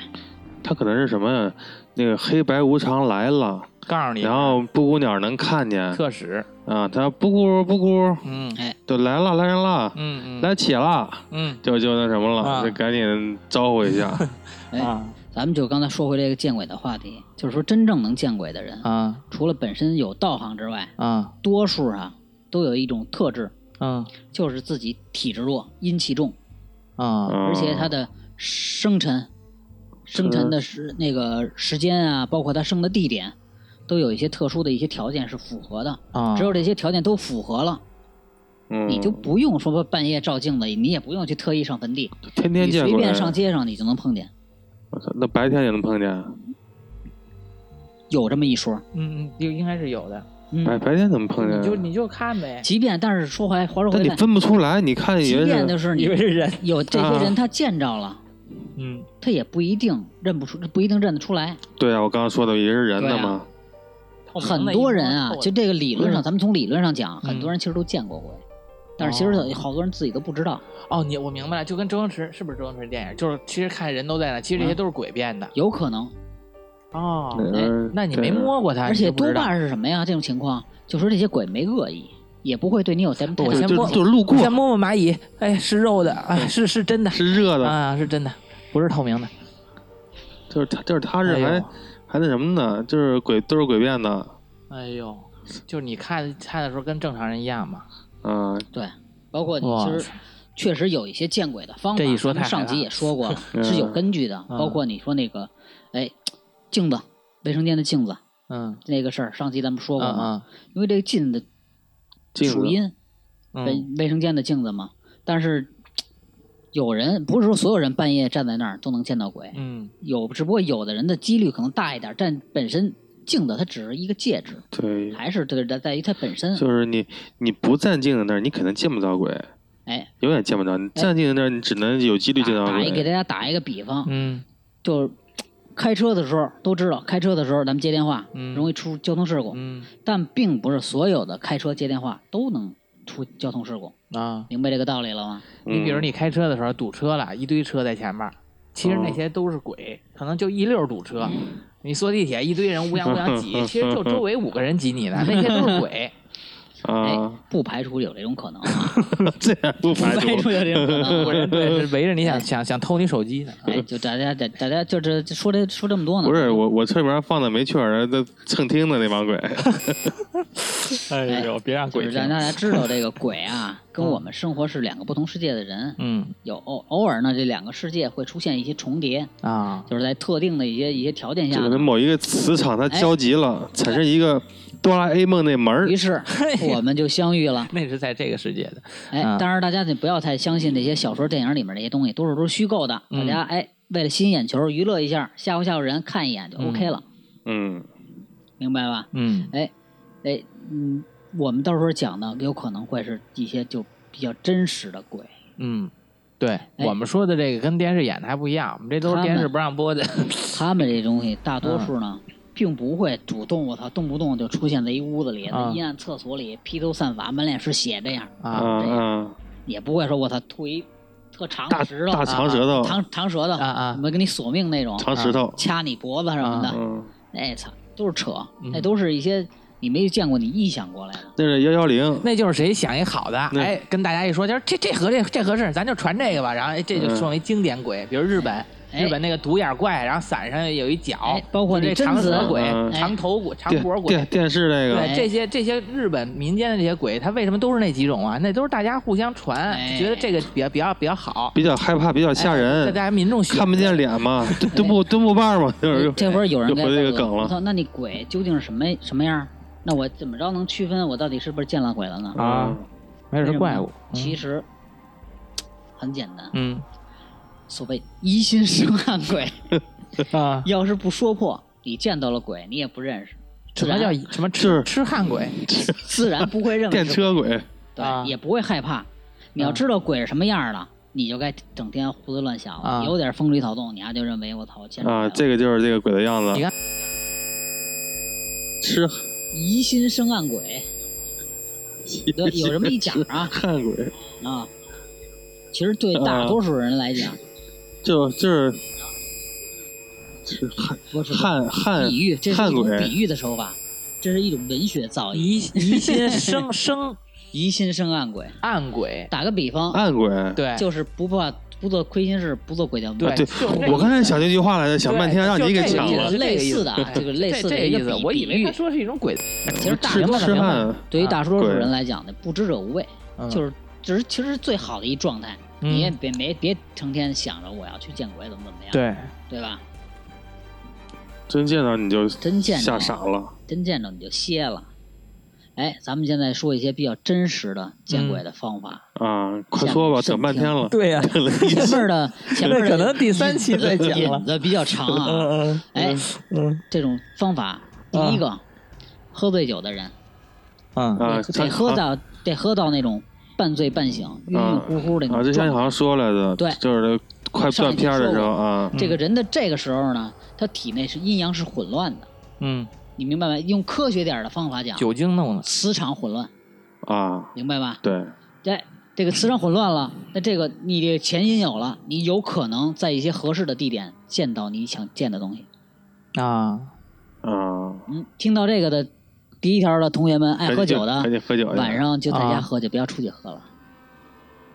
Speaker 5: 他可能是什么呀？那个黑白无常来了，
Speaker 3: 告诉你，
Speaker 5: 然后布谷鸟能看见
Speaker 3: 特使，
Speaker 5: 啊，他布咕布咕
Speaker 3: 嗯
Speaker 5: 就来了来人了，
Speaker 3: 嗯嗯
Speaker 5: 来且了，
Speaker 3: 嗯
Speaker 5: 就就那什么
Speaker 3: 啊
Speaker 5: 了，就赶紧招呼一下
Speaker 2: 哎，
Speaker 3: 啊
Speaker 2: 咱们就刚才说回这个见鬼的话题，就是说真正能见鬼的人，
Speaker 3: 啊
Speaker 2: 除了本身有道行之外，
Speaker 3: 啊
Speaker 2: 多数啊都有一种特质，
Speaker 3: 啊
Speaker 2: 就是自己体质弱，阴气重，
Speaker 5: 嗯
Speaker 3: 啊
Speaker 2: 而
Speaker 5: 哦
Speaker 2: 且他的生辰、生辰的时那个时间啊，包括他生的地点，都有一些特殊的一些条件是符合的。
Speaker 5: 哦
Speaker 3: 啊！
Speaker 2: 只有这些条件都符合了，
Speaker 5: 嗯
Speaker 2: 你就不用说半夜照镜子，你也不用去特意上坟地，
Speaker 5: 天天
Speaker 2: 你
Speaker 5: 见
Speaker 2: 随
Speaker 5: 鬼，
Speaker 2: 便上街上你就能碰见，
Speaker 5: 我操，那白天也能碰见，啊
Speaker 2: 有这么一说。
Speaker 3: 嗯嗯，就应该是有的。
Speaker 5: 白
Speaker 2: 嗯，
Speaker 5: 白天怎么碰见？啊
Speaker 3: 你就你就看呗。
Speaker 2: 即便但是说回来，话说
Speaker 5: 但
Speaker 2: 回
Speaker 5: 你
Speaker 2: 来，
Speaker 5: 分不出来，你看以
Speaker 2: 即
Speaker 5: 为
Speaker 2: 便
Speaker 5: 是
Speaker 2: 就是你
Speaker 3: 以为是人，
Speaker 2: 有这些人
Speaker 5: 啊
Speaker 2: 他见着了，
Speaker 3: 嗯，
Speaker 2: 他也不一定认不出，不一定认得出来。
Speaker 5: 对啊，我刚刚说的以为是人的
Speaker 3: 啊
Speaker 5: 嘛，
Speaker 2: 很多人啊，就这个理论
Speaker 3: 不
Speaker 2: 上，
Speaker 3: 是
Speaker 2: 咱们从理论上讲，
Speaker 3: 嗯
Speaker 2: 很多人其实都见过鬼，但是其实好多人自己都不知道。
Speaker 3: 哦，你我明白了，就跟周星驰是不是周星驰电影？就是其实看人都在那，其实这些都是鬼变的。
Speaker 2: 有可能，
Speaker 3: 哦
Speaker 5: 嗯对啊
Speaker 3: 哎那你没摸过他，
Speaker 2: 而且
Speaker 3: 你就不
Speaker 2: 多
Speaker 3: 知道
Speaker 2: 半是什么呀？这种情况就说这些鬼没恶意，也不会对你有什么
Speaker 3: 我
Speaker 2: 太
Speaker 3: 先
Speaker 5: 就
Speaker 2: 大。
Speaker 5: 就
Speaker 3: 摸
Speaker 5: 就路过
Speaker 3: 先摸摸蚂蚁，哎，是肉的，哎，是是真的
Speaker 5: 是热的，
Speaker 3: 啊，是真的，不是透明的。
Speaker 5: 就是他就是他是
Speaker 3: 哎呦
Speaker 5: 还还那什么呢？就是鬼都是诡辩的，
Speaker 3: 哎呦，就是你看看的时候跟正常人一样嘛。
Speaker 5: 嗯，
Speaker 2: 对，包括你
Speaker 3: 哇
Speaker 2: 其实确实有一些见鬼的方法。
Speaker 3: 这一说
Speaker 2: 咱们
Speaker 3: 太
Speaker 2: 上
Speaker 3: 害
Speaker 2: 集
Speaker 3: 怕
Speaker 2: 也说 过了，
Speaker 5: 嗯
Speaker 2: 是有根据的。
Speaker 3: 嗯
Speaker 2: 包括你说那个，哎，镜子，卫生间的镜子
Speaker 3: 嗯
Speaker 2: 那个事儿，上集咱们说过嘛。
Speaker 3: 嗯
Speaker 2: 因为这个镜子
Speaker 5: 镜子
Speaker 2: 属阴，卫
Speaker 3: 嗯
Speaker 2: 卫生间的镜子嘛。但是有人不是说所有人半夜站在那儿都能见到鬼，
Speaker 3: 嗯
Speaker 2: 有只不过有的人的几率可能大一点，但本身镜子它只是一个介质，
Speaker 5: 对，
Speaker 2: 还是对在在于它本身。
Speaker 5: 就是你你不站镜子那儿，你可能见不着鬼，
Speaker 2: 哎，
Speaker 5: 永远见不着。你站镜子那儿，你只能有几率
Speaker 2: 打
Speaker 5: 见到
Speaker 2: 打一给
Speaker 5: 鬼。啊
Speaker 2: 大家打一个比方，
Speaker 3: 嗯
Speaker 2: 就是开车的时候都知道，开车的时候咱们接电话、
Speaker 3: 嗯
Speaker 2: 容易出交通事故，
Speaker 3: 嗯
Speaker 2: 但并不是所有的开车接电话都能出交通事故，
Speaker 3: 啊，
Speaker 2: 明白这个道理了吗？
Speaker 3: 你比如
Speaker 5: 嗯
Speaker 3: 你开车的时候堵车了，一堆车在前面儿，其
Speaker 2: 嗯
Speaker 3: 实那些都是鬼，可能就一溜儿堵车。你坐地铁一堆人乌泱乌泱 挤，其实就周围五个人挤你呢，那些都是鬼。
Speaker 5: 啊，
Speaker 2: 哎，不排除有这种可能啊，
Speaker 5: 这样不
Speaker 2: 不
Speaker 5: 排
Speaker 2: 排除
Speaker 5: 除。
Speaker 2: 有这种可能啊。
Speaker 3: 五个人对，是围着你想想想偷你手机呢。
Speaker 2: 哎，就大家大大家就这就说这说这么多呢，
Speaker 5: 嗯
Speaker 2: 嗯
Speaker 5: 不是我，我车里边放的没趣儿，那蹭听的那帮鬼，
Speaker 3: 哎
Speaker 2: 呦，
Speaker 3: 别让
Speaker 2: 就是让大家知道这个鬼啊，跟我们生活是两个不同世界的人，
Speaker 3: 嗯
Speaker 2: 有偶偶尔呢，这两个世界会出现一些重叠，
Speaker 3: 啊，
Speaker 2: 就是在特定的一些一些条件下
Speaker 5: 就可能
Speaker 2: 呢，
Speaker 5: 某一个磁场它交集
Speaker 3: 哎
Speaker 5: 了，产生一个哆啦 A 梦那门儿
Speaker 2: 于。 是我们就相遇了。
Speaker 3: 那是在这个世界的。
Speaker 2: 哎，
Speaker 3: 嗯
Speaker 5: 啊
Speaker 2: 当然大家就不要太相信这些小说、电影里面这些东西，多数都是虚构的。大
Speaker 3: 嗯
Speaker 2: 家哎，为了吸引眼球、娱乐一下、吓唬吓唬人，看一眼就
Speaker 3: 嗯
Speaker 2: OK 了，
Speaker 5: 嗯，
Speaker 2: 明白吧？
Speaker 3: 嗯
Speaker 2: 哎，嗯，我们到时候讲的有可能会是一些就比较真实的鬼。
Speaker 3: 嗯。对我们说的这个跟电视演的还不一样，我们这都是电视不让播的。
Speaker 2: 他们这东西大多
Speaker 5: 嗯
Speaker 2: 数呢，并不会主动，我操，动不动就出现在一屋子里，
Speaker 3: 啊
Speaker 2: 阴暗厕所里披头散发，满脸是血这样，
Speaker 5: 啊
Speaker 3: 啊
Speaker 5: 啊，
Speaker 2: 也不会说我操吐一特长
Speaker 5: 大
Speaker 2: 的石头，
Speaker 5: 大长舌头，
Speaker 2: 长长舌头
Speaker 3: 啊啊
Speaker 2: 什么给你索命那种，
Speaker 5: 长石头，
Speaker 2: 掐你脖子什么的，
Speaker 5: 嗯，
Speaker 2: 哎操，都是扯，
Speaker 3: 嗯
Speaker 2: 那都是一些你没见过，你臆想过来的。
Speaker 5: 那是幺幺零，
Speaker 3: 那就是谁想一好的，
Speaker 5: 那
Speaker 3: 哎，跟大家一说，就是这这合这这合适，咱就传这个吧。然后哎，这就
Speaker 5: 嗯
Speaker 3: 算为经典鬼，比如日本，
Speaker 2: 哎
Speaker 3: 日本那个独眼怪，然后伞上有一角
Speaker 2: 哎，包括
Speaker 3: 就
Speaker 2: 那
Speaker 3: 这
Speaker 2: 贞
Speaker 3: 长
Speaker 2: 子
Speaker 3: 舌鬼
Speaker 5: 嗯、
Speaker 2: 哎
Speaker 3: 长头鬼、长
Speaker 5: 电
Speaker 3: 脖鬼
Speaker 5: 电，电视那个，
Speaker 3: 对这些这些日本民间的这些鬼，它为什么都是那几种啊？那都是大家互相传
Speaker 2: 哎，
Speaker 3: 觉得这个比较比较比较好，
Speaker 5: 比较害怕，比较吓
Speaker 3: 大
Speaker 5: 人，
Speaker 3: 哎家民众喜
Speaker 5: 看不见脸 嘛，蹲蹲木蹲木棒嘛，就是
Speaker 2: 这会儿有人
Speaker 5: 又
Speaker 2: 该
Speaker 5: 回
Speaker 2: 问
Speaker 5: 这个
Speaker 2: 我
Speaker 5: 梗了
Speaker 2: 我操，那你鬼究竟是什么什么样？那我怎么着能区分我到底是不是见了鬼了呢？
Speaker 3: 啊，没
Speaker 2: 为
Speaker 3: 准是
Speaker 2: 什么
Speaker 3: 怪
Speaker 2: 呢
Speaker 3: 物。
Speaker 5: 嗯
Speaker 2: 其实很简单，
Speaker 3: 嗯
Speaker 2: 所谓疑心生暗鬼，
Speaker 3: 啊，
Speaker 2: 要是不说破，你见到了鬼你也不认识，
Speaker 3: 什
Speaker 2: 自
Speaker 3: 么叫
Speaker 2: 然
Speaker 3: 什么
Speaker 5: 就
Speaker 3: 痴
Speaker 5: 是
Speaker 3: 痴汉鬼？
Speaker 2: 自然不会认为
Speaker 5: 电
Speaker 2: 是
Speaker 5: 车嗯鬼，
Speaker 2: 对，
Speaker 3: 啊
Speaker 2: 也不会害怕。你要知道鬼是什么样儿的，你就该整天胡思乱想了。
Speaker 3: 啊
Speaker 2: 有点风吹草动，你丫就认为我操，我见着鬼了
Speaker 5: 啊，这个就是这个鬼的样子。
Speaker 3: 你看
Speaker 5: 吃
Speaker 2: 疑心生暗 鬼，有有这么一讲啊
Speaker 5: 汉鬼，
Speaker 2: 啊。其实对大
Speaker 5: 啊
Speaker 2: 多数人来讲，
Speaker 5: 就就是吃汉
Speaker 2: 不是
Speaker 5: 汉汉
Speaker 2: 比喻，这是
Speaker 5: 汉
Speaker 2: 一种
Speaker 5: 鬼
Speaker 2: 比喻的手法，这是一种文学造诣。
Speaker 3: 疑疑心生生
Speaker 2: 疑心生暗鬼。
Speaker 3: 暗鬼，
Speaker 2: 打个比方，
Speaker 5: 暗鬼。
Speaker 3: 对，
Speaker 2: 就是不怕不做亏心事，不做鬼叫
Speaker 3: 哎对
Speaker 2: 门。
Speaker 5: 对
Speaker 3: 就是这，
Speaker 5: 我刚才想这句话来着，想
Speaker 3: 对
Speaker 5: 半天让
Speaker 3: 就
Speaker 5: 你给
Speaker 3: 这
Speaker 5: 抢
Speaker 3: 意
Speaker 5: 了
Speaker 3: 思。
Speaker 2: 类似的啊，这个类
Speaker 3: 这
Speaker 2: 似
Speaker 3: 这
Speaker 2: 的一
Speaker 3: 意
Speaker 2: 个
Speaker 3: 思，
Speaker 2: 比
Speaker 3: 我以为
Speaker 2: 比
Speaker 3: 他
Speaker 2: 喻。
Speaker 3: 说是一种鬼，
Speaker 2: 其实大
Speaker 5: 吃
Speaker 2: 明白了
Speaker 5: 吃
Speaker 2: 明白了
Speaker 5: 饭，
Speaker 2: 对于
Speaker 3: 啊
Speaker 2: 大多数
Speaker 5: 对
Speaker 2: 人来讲呢，不知者无畏，
Speaker 3: 嗯
Speaker 2: 就是只是其实最好的一状态。
Speaker 3: 嗯
Speaker 2: 你也别没别成天想着我要去见鬼怎么怎么样，
Speaker 3: 对，
Speaker 2: 对吧？
Speaker 5: 真见到你就
Speaker 2: 真啊见着
Speaker 5: 吓傻了。
Speaker 2: 真见着你就歇了。哎，咱们现在说一些比较真实的见
Speaker 3: 嗯
Speaker 2: 鬼的方法。
Speaker 5: 啊！快说吧，等半天 了。
Speaker 3: 对呀
Speaker 5: 等 了一
Speaker 2: 前
Speaker 5: 阵
Speaker 2: 面
Speaker 5: 儿
Speaker 2: 的前面
Speaker 3: 那
Speaker 2: 的
Speaker 3: 可能第三期再讲
Speaker 2: 引
Speaker 3: 了。
Speaker 2: 子比较长啊。
Speaker 3: 嗯
Speaker 2: 哎，
Speaker 3: 嗯
Speaker 2: 这种方法，第一个，喝醉酒的人
Speaker 3: 嗯嗯，
Speaker 5: 啊，
Speaker 2: 得喝到得喝到那种半醉半醒、晕晕乎乎的
Speaker 5: 啊，
Speaker 2: 那
Speaker 5: 之
Speaker 2: 种
Speaker 5: 前
Speaker 2: 状
Speaker 5: 好
Speaker 2: 态。
Speaker 5: 像说来着，
Speaker 2: 对
Speaker 5: 就是快断片儿的时候啊，
Speaker 2: 这个人的这个时候呢，他体内是阴阳是混乱的，
Speaker 3: 嗯，
Speaker 2: 你明白吗？用科学点儿的方法讲，
Speaker 3: 酒精弄的，
Speaker 2: 磁场混乱，
Speaker 5: 啊，
Speaker 2: 明白吧？
Speaker 5: 对，
Speaker 2: 哎，这个磁场混乱了，那这个你的前因有了，你有可能在一些合适的地点见到你想见的东西。
Speaker 3: 啊，
Speaker 5: 啊，
Speaker 2: 嗯，听到这个的第一条的同学们，爱哎喝酒
Speaker 5: 赶
Speaker 2: 的，
Speaker 5: 紧喝酒去，哎
Speaker 2: 晚上就在
Speaker 3: 啊
Speaker 2: 家喝去，不要出去喝了。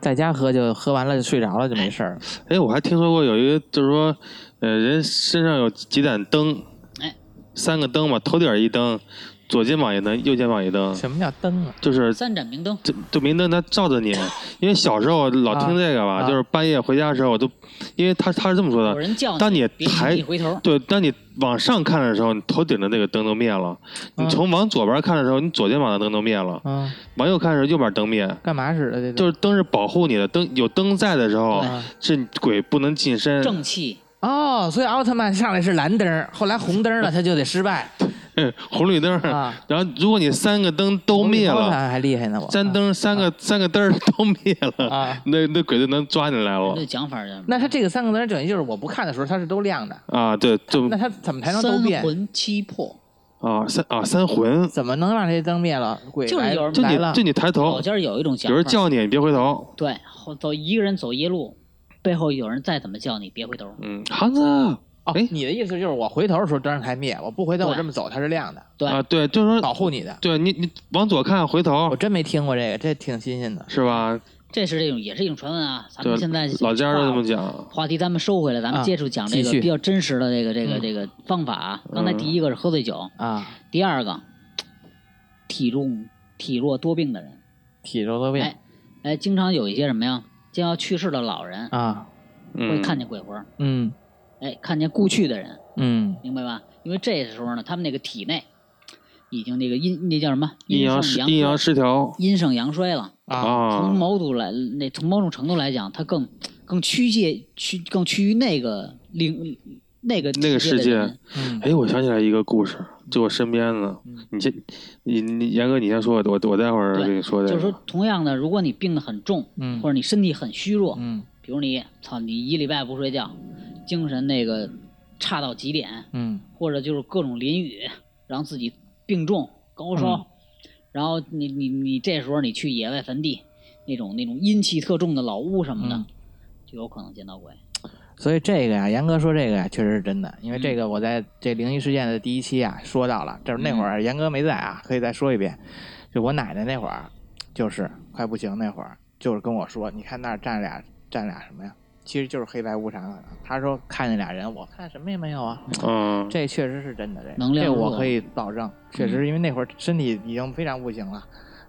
Speaker 3: 在家喝就喝完了就睡着了就没事儿了。
Speaker 5: 哎，我还听说过有一个，就是说，呃，人身上有几盏灯，
Speaker 2: 哎，
Speaker 5: 三个灯嘛，头顶儿一灯，左肩膀一灯，右肩膀一灯，
Speaker 3: 什么叫灯啊？
Speaker 5: 就是
Speaker 2: 三盏明灯，
Speaker 5: 这这明灯它照着你，因为小时候老听这个吧，
Speaker 3: 啊
Speaker 5: 就是半夜回家的时候，我都，因为他他是这么说
Speaker 2: 有
Speaker 5: 的，
Speaker 2: 人叫
Speaker 5: 当
Speaker 2: 你
Speaker 5: 你
Speaker 2: 别
Speaker 5: 抬
Speaker 2: 你回头，
Speaker 5: 对，当你往上看的时候，你头顶的那个灯都灭了；你
Speaker 3: 嗯
Speaker 5: 从往左边看的时候，你左肩膀的灯都灭了；
Speaker 3: 嗯，
Speaker 5: 往右看的时候，右边灯灭。
Speaker 3: 干嘛使的？这
Speaker 5: 就是是灯是保护你的，灯有灯在的时候
Speaker 3: 对，
Speaker 5: 这鬼不能近身。
Speaker 2: 正气
Speaker 3: 哦，所以奥特曼上来是蓝灯儿，后来红灯儿 了，他就得失败
Speaker 5: 嗯红绿灯儿，
Speaker 3: 啊。
Speaker 5: 然后如果你三个灯都灭
Speaker 3: 红绿灯
Speaker 5: 了，
Speaker 3: 儿还厉害呢，我
Speaker 5: 三灯三个三个灯儿都灭了，
Speaker 3: 啊。
Speaker 5: 那那鬼就能抓你来了
Speaker 2: 这讲法儿
Speaker 3: 那他这个三个灯儿等于就是我不看的时候它是都亮的，
Speaker 5: 啊！对，就
Speaker 3: 那他怎么才能都
Speaker 2: 三
Speaker 3: 变？
Speaker 2: 魂七魄，
Speaker 5: 啊三啊三魂，
Speaker 3: 怎么能让这灯灭了？鬼
Speaker 2: 就是
Speaker 3: 来
Speaker 2: 有人
Speaker 5: 就
Speaker 3: 来
Speaker 5: 你
Speaker 3: 了
Speaker 5: 就你抬头
Speaker 2: 老，家儿有一种讲
Speaker 5: 有人
Speaker 2: 法儿，
Speaker 5: 哦叫你，你别回头。
Speaker 2: 对，后走一个人走夜路，背后有人再怎么叫你别回头，
Speaker 5: 嗯，汉子
Speaker 3: 哦
Speaker 5: 哎，
Speaker 3: 你的意思就是我回头的时候灯才灭，我不回头
Speaker 2: 对
Speaker 3: 我这么走它是亮的，
Speaker 2: 对
Speaker 5: 啊，对，就是
Speaker 3: 保
Speaker 5: 说，
Speaker 3: 护你的。
Speaker 5: 对你你往左看回
Speaker 3: 我
Speaker 5: 头
Speaker 3: 真没听过这个，这挺新鲜的。
Speaker 5: 是吧？
Speaker 2: 这是这种也是一种传闻啊。咱
Speaker 5: 对
Speaker 2: 们现在，
Speaker 5: 老家都这
Speaker 2: 话
Speaker 5: 么讲。
Speaker 2: 话题咱们收回来，咱们
Speaker 3: 啊
Speaker 2: 接触讲这
Speaker 3: 继
Speaker 2: 个
Speaker 3: 续
Speaker 2: 比较真实的这个这个
Speaker 3: 嗯
Speaker 2: 这个方法啊。
Speaker 5: 嗯
Speaker 2: 刚才第一个是喝醉酒，
Speaker 3: 啊，
Speaker 2: 第二个体重体弱多病的人，
Speaker 3: 体弱多病、
Speaker 2: 哎哎，经常有一些什么呀，将要去世的老人
Speaker 3: 啊，
Speaker 5: 嗯
Speaker 2: 会，看见鬼魂儿，
Speaker 3: 嗯
Speaker 2: 哎，看见故去的人，
Speaker 3: 嗯
Speaker 2: 明白吧？因为这时候呢，他们那个体内已经那个阴那叫什么
Speaker 5: 阴阳失
Speaker 2: 盛
Speaker 5: 阴
Speaker 2: 阳
Speaker 5: 阳失调
Speaker 2: 阴盛阳衰了。
Speaker 3: 啊
Speaker 5: 啊
Speaker 2: 从，某度来，那从某种程度来讲，它更更趋界趋更趋于那个领那个
Speaker 5: 那个世界
Speaker 2: 的人
Speaker 3: 嗯
Speaker 5: 哎，我想起来一个故事，就我身边的。你先，你你严哥，你先说，我我我待会
Speaker 2: 嗯
Speaker 5: 儿
Speaker 2: 对
Speaker 5: 跟你说这
Speaker 2: 就
Speaker 5: 个。
Speaker 2: 是说，同样的，如果你病得很重，
Speaker 3: 嗯
Speaker 2: 或者你身体很虚弱，
Speaker 3: 嗯
Speaker 2: 比如你操你一礼拜不睡觉，精神那个差到极点，
Speaker 3: 嗯
Speaker 2: 或者就是各种淋雨，让自己病重高烧，
Speaker 3: 嗯
Speaker 2: 然后你你你这时候你去野外坟地，那种那种阴气特重的老屋什么的，
Speaker 3: 嗯
Speaker 2: 就有可能见到鬼。
Speaker 3: 所以这个呀，杨哥说这个呀，确实是真的，因为
Speaker 2: 嗯
Speaker 3: 这个我在这灵异事件的第一期啊说到了，就是那会
Speaker 2: 嗯
Speaker 3: 儿杨哥没在啊，可以再说一遍，就我奶奶那会儿，就是快不行那会儿，就是跟我说，你看那儿站俩站俩什么呀？其实就是黑白无常啊。他说看见俩人，我看什么也没有啊。
Speaker 5: 嗯，
Speaker 3: 这确实是真的，这个
Speaker 2: 能量
Speaker 3: 这
Speaker 2: 弱嗯
Speaker 3: 我可以保证，确实因为那会儿身体已经非常不行了，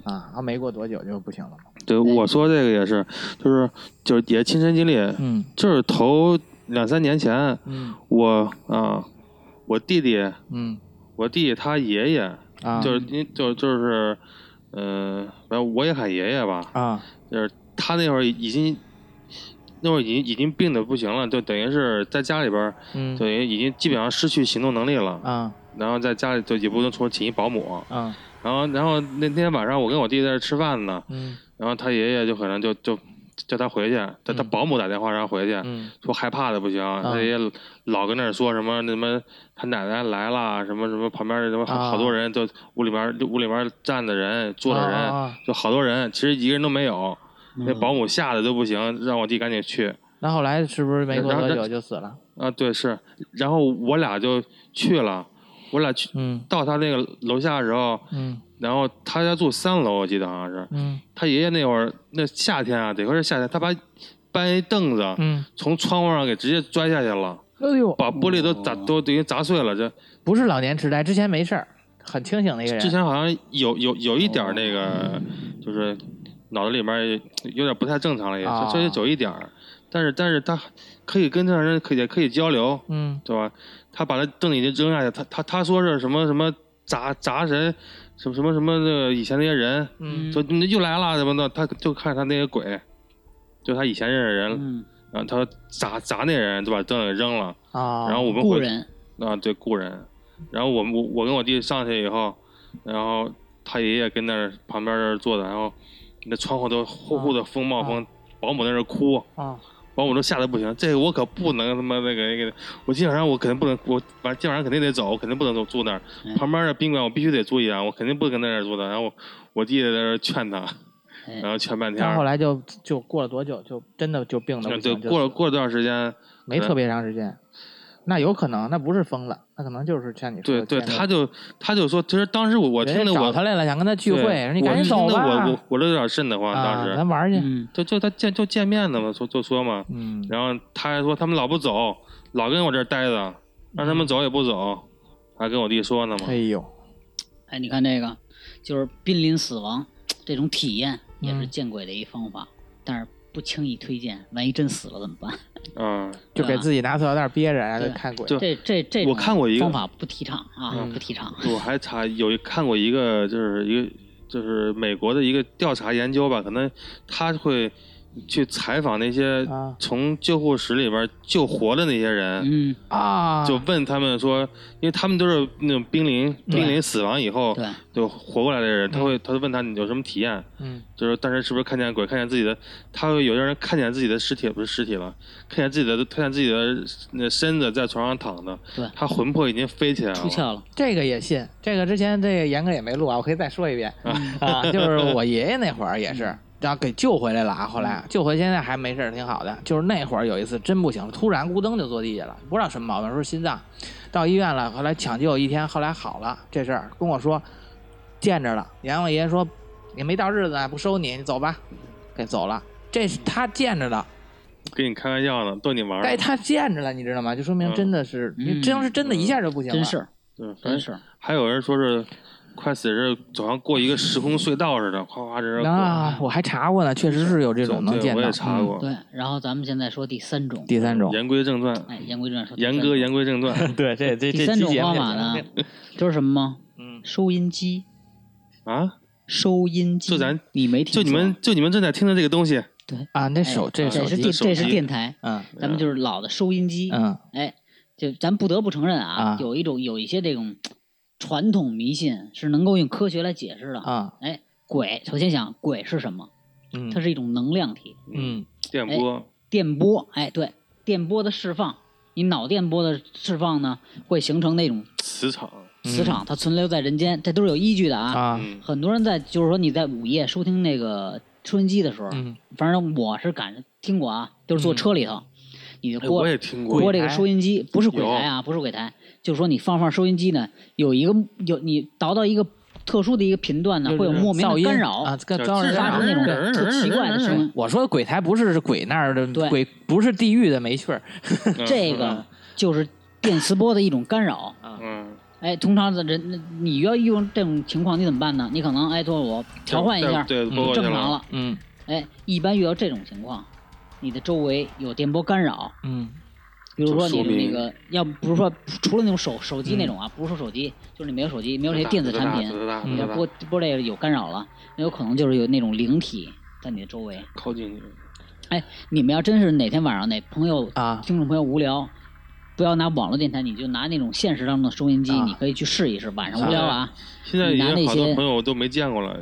Speaker 3: 啊，啊没过多久就不行了嘛。
Speaker 5: 对，我说这个也是，就是就是也亲身经历，
Speaker 3: 嗯
Speaker 5: 就是头两三年前，
Speaker 3: 嗯
Speaker 5: 我啊，我弟弟，
Speaker 3: 嗯
Speaker 5: 我弟弟他爷爷，
Speaker 3: 啊，
Speaker 5: 就是因就就是，嗯、反正我也喊爷爷吧，
Speaker 3: 啊
Speaker 5: 就是他那会儿已经。那会儿已经已经病的不行了，就等于是在家里边儿，
Speaker 3: 嗯
Speaker 5: 等于已经基本上失去行动能力了。
Speaker 3: 啊
Speaker 5: 然后在家里就也不能说请一保姆。
Speaker 3: 啊
Speaker 5: 然后，然后那天晚上我跟我弟在这吃饭呢，
Speaker 3: 嗯
Speaker 5: 然后他爷爷就可能就就叫他回去，他他
Speaker 3: 嗯
Speaker 5: 保姆打电话让他回去，
Speaker 3: 嗯
Speaker 5: 说害怕的不行，
Speaker 3: 啊
Speaker 5: 他爷爷老跟那儿说什么那什么他奶奶来了，什么什么旁边什么好,、
Speaker 3: 啊
Speaker 5: 多人，就屋里面屋里面站的人坐着人，
Speaker 3: 啊啊啊嗯
Speaker 5: 就好多人，其实一个人都没有。那保姆吓得都不行，让我弟赶紧去
Speaker 3: 那后来是不是没过
Speaker 5: 然后
Speaker 3: 多
Speaker 5: 这
Speaker 3: 久就死了？
Speaker 5: 啊，对是，然后我俩就去了，我俩去
Speaker 3: 嗯
Speaker 5: 到他那个楼下的时候，
Speaker 3: 嗯
Speaker 5: 然后他家住三楼，我记得好像是
Speaker 3: 嗯
Speaker 5: 他爷爷那会儿，那夏天啊，得亏是夏天，他把搬一凳子
Speaker 3: 嗯，
Speaker 5: 从窗户上给直接拽下去了，
Speaker 3: 哎呦，
Speaker 5: 把玻璃都砸都等于砸碎了。这
Speaker 3: 不是老年痴呆，之前没事儿，很清醒的一个人。
Speaker 5: 之前好像有有有一点儿那个，就是脑子里面有点不太正常了，也
Speaker 3: 啊
Speaker 5: 稍微有一点儿。但是但是他可以跟正常人可以也可以交流，
Speaker 3: 嗯
Speaker 5: 对吧？他把那凳已经扔下去，他他他说是什么什么砸砸谁，什么什么什么那个以前那些人，
Speaker 3: 嗯
Speaker 5: 说你又来了怎么的？他就看他那些鬼，就他以前认识人，
Speaker 2: 嗯，
Speaker 5: 然后他说砸砸那人就把凳给扔了，
Speaker 3: 啊，
Speaker 5: 然后我们
Speaker 2: 故
Speaker 5: 回
Speaker 2: 人
Speaker 5: 啊对故人，然后我们我我跟我弟上去以后，然后他爷爷跟那儿旁边儿坐着，然后那窗户都呼呼的风冒风，保姆在那儿哭，
Speaker 3: 啊，
Speaker 5: 保姆都吓得不行，这个我可不能他妈那个那个，我今晚上我肯定不能，我晚今晚上肯定得走，我肯定不能走住那儿，
Speaker 2: 嗯
Speaker 5: 旁边的宾馆我必须得注意啊，我肯定不跟在那儿住的，然后我我弟在那儿劝他，
Speaker 2: 哎
Speaker 5: 然后劝半
Speaker 3: 嗯
Speaker 5: 天
Speaker 3: 但后
Speaker 5: 儿，
Speaker 3: 来就就过了多久，就真的就病的
Speaker 5: 嗯对，过了过了段时间。
Speaker 3: 没特别长时间，那有可能，那不是疯了，那可能就是像你说
Speaker 5: 对
Speaker 3: 的，
Speaker 5: 对，
Speaker 3: 见
Speaker 5: 他
Speaker 3: 了
Speaker 5: 就他就说，其实当时我我
Speaker 3: 人
Speaker 5: 听
Speaker 3: 家
Speaker 5: 的
Speaker 3: 找
Speaker 5: 我
Speaker 3: 他来了，想跟他聚
Speaker 5: 对
Speaker 3: 会，说你
Speaker 5: 我
Speaker 3: 赶紧
Speaker 5: 听
Speaker 3: 走
Speaker 5: 得
Speaker 3: 吧，
Speaker 5: 我我我都有点瘆得慌，当
Speaker 3: 啊，
Speaker 5: 时
Speaker 3: 咱玩儿去，
Speaker 2: 嗯
Speaker 5: 就就他见就见面的嘛，就就说嘛，
Speaker 3: 嗯，
Speaker 5: 然后他还说他们老不走，老跟我这儿待着，让
Speaker 3: 嗯
Speaker 5: 他们走也不走，还跟我弟说呢嘛
Speaker 3: 哎，呦，
Speaker 2: 哎，你看这个，就是濒临死亡这种体验，也
Speaker 3: 嗯
Speaker 2: 是见鬼的一方法，但是不轻易推荐，万一真死了怎么办？
Speaker 3: 哎
Speaker 5: 嗯，
Speaker 3: 就给自己拿塑料袋憋着，然后
Speaker 2: 对
Speaker 3: 看鬼，
Speaker 5: 就
Speaker 2: 这这这
Speaker 5: 我
Speaker 2: 种
Speaker 5: 看过一个
Speaker 2: 方法不提倡啊，
Speaker 5: 嗯
Speaker 2: 不提倡。
Speaker 5: 我还查有看过一个就是一个就是美国的一个调查研究吧，可能他会去采访那些
Speaker 3: 啊
Speaker 5: 从救护室里边救活的那些人，
Speaker 2: 嗯，
Speaker 3: 啊，
Speaker 5: 就问他们说，因为他们都是那种濒临
Speaker 2: 对
Speaker 5: 濒临死亡以后
Speaker 2: 对，
Speaker 5: 就活过来的人，他会
Speaker 2: 嗯
Speaker 5: 他会问他你有什么体验，
Speaker 3: 嗯
Speaker 5: 就是当时是不是看见鬼，看见自己的，他会有些人看见自己的尸体不是尸体了，看见自己的看见自己的那身子在床上躺着，
Speaker 2: 对
Speaker 5: 他魂魄已经飞起来
Speaker 2: 出
Speaker 5: 了，
Speaker 2: 窍了，
Speaker 3: 这个也信，这个之前这个严哥也没录啊，我可以再说一遍
Speaker 2: 嗯
Speaker 3: 啊，就是我爷爷那会儿也是，然后给救回来了啊，后来救回现在还没事儿，挺好的。就是那会儿有一次真不行了，突然咕噔就坐地下了，不知道什么毛病，说心脏，到医院了，后来抢救一天，后来好了，这事儿跟我说见着了，然后我爷爷说也没到日子啊，不收你，你走吧，给走了。这是他见着的，
Speaker 5: 跟你开玩笑呢，逗你玩
Speaker 3: 但
Speaker 5: 儿，
Speaker 3: 他见着了，你知道吗？就说明真的是，
Speaker 2: 嗯
Speaker 3: 你真要是真的，一下就不行了。
Speaker 2: 真事儿，
Speaker 5: 对，
Speaker 3: 嗯
Speaker 5: 反
Speaker 2: 真
Speaker 5: 正
Speaker 2: 事儿。
Speaker 5: 还有人说是快死是走像过一个时空隧道似的，哗哗在这儿过
Speaker 3: 啊，我还查过呢，确实是有这种能
Speaker 5: 对
Speaker 3: 见
Speaker 5: 我
Speaker 3: 到嗯
Speaker 5: 也。查过。
Speaker 2: 对，然后咱们现在说第三种，
Speaker 3: 第三种，
Speaker 5: 言归正传，
Speaker 2: 哎，言归正传，
Speaker 5: 严哥
Speaker 2: 第三种
Speaker 5: 言归 正传
Speaker 3: 嗯对，这这
Speaker 2: 第三种方法呢， 就是什么吗？
Speaker 3: 嗯，
Speaker 2: 收音机，
Speaker 5: 啊。
Speaker 2: 收音机。
Speaker 5: 就咱
Speaker 2: 你没听错，
Speaker 5: 就你们就你们正在听的这个东西，
Speaker 3: 啊，那
Speaker 2: 哎
Speaker 3: 手这
Speaker 2: 这
Speaker 3: 手
Speaker 2: 是
Speaker 3: 机
Speaker 2: 电，
Speaker 5: 手
Speaker 2: 这是
Speaker 5: 机
Speaker 2: 电台，
Speaker 3: 嗯
Speaker 2: 咱们就是老的收音机。
Speaker 3: 嗯
Speaker 2: 哎，就咱不得不承认啊
Speaker 3: 啊，
Speaker 2: 有一种有一些这种传统迷信是能够用科学来解释的。
Speaker 3: 啊
Speaker 2: 哎，鬼，首先想鬼是什么？
Speaker 3: 嗯
Speaker 2: 它是一种能量体，
Speaker 3: 嗯
Speaker 5: 电波，
Speaker 2: 电波。哎，对，电波的释放，你脑电波的释放呢，会形成那种
Speaker 5: 磁场，
Speaker 2: 磁场，它存留在人间，这都是有依据的啊。
Speaker 3: 啊
Speaker 5: 嗯，
Speaker 2: 很多人在就是说你在午夜收听那个收音机的时候，
Speaker 3: 嗯
Speaker 2: 反正我是赶听过啊，就是坐车里头，你就
Speaker 5: 嗯哎，
Speaker 2: 播
Speaker 5: 我也听过，
Speaker 2: 播这个
Speaker 3: 台
Speaker 2: 收音机，不是鬼台啊，不是鬼台，就是说你放放收音机呢，有一个有你倒到一个特殊的一个频段呢，
Speaker 3: 就是
Speaker 2: 会有莫名
Speaker 3: 噪
Speaker 2: 的
Speaker 3: 音
Speaker 2: 干扰，
Speaker 3: 啊，跟招人
Speaker 5: 自
Speaker 2: 发
Speaker 3: 干
Speaker 2: 出那
Speaker 3: 扰。
Speaker 2: 种
Speaker 5: 人儿
Speaker 2: 特奇怪的声音，
Speaker 3: 我说的鬼才不是是鬼那儿的
Speaker 2: 对
Speaker 3: 鬼，不是地狱的没趣儿。
Speaker 5: 嗯
Speaker 2: 这个，就是电磁波的一种干扰。
Speaker 5: 嗯，
Speaker 2: 哎，通常的人，你要遇上这种情况，你怎么办呢？你可能哎，说我调换一下，
Speaker 5: 对，对
Speaker 3: 嗯
Speaker 5: 播过去
Speaker 2: 正常了。。
Speaker 3: 嗯
Speaker 2: 哎，一般遇到这种情况，你的周围有电波干扰，
Speaker 3: 嗯
Speaker 2: 比如说
Speaker 5: 就
Speaker 2: 你
Speaker 5: 说
Speaker 2: 的那
Speaker 5: 明
Speaker 2: 个，要不是说除了那种手手机那种啊，不是说手机，就是你没有手机，没有这些电子产品，
Speaker 5: 嗯
Speaker 2: 你要播播这个有干扰了，那有可能就是有那种灵体在你的周围。
Speaker 5: 靠近你，
Speaker 2: 哎，你们要真是哪天晚上哪朋友
Speaker 3: 啊
Speaker 2: 听众朋友无聊，不要拿网络电台，你就拿那种现实当中的收音机，
Speaker 3: 啊
Speaker 2: 你可以去试一试，晚上无聊啊，
Speaker 5: 现在已
Speaker 2: 你拿那
Speaker 5: 经好
Speaker 2: 些
Speaker 5: 多朋友都没见过了，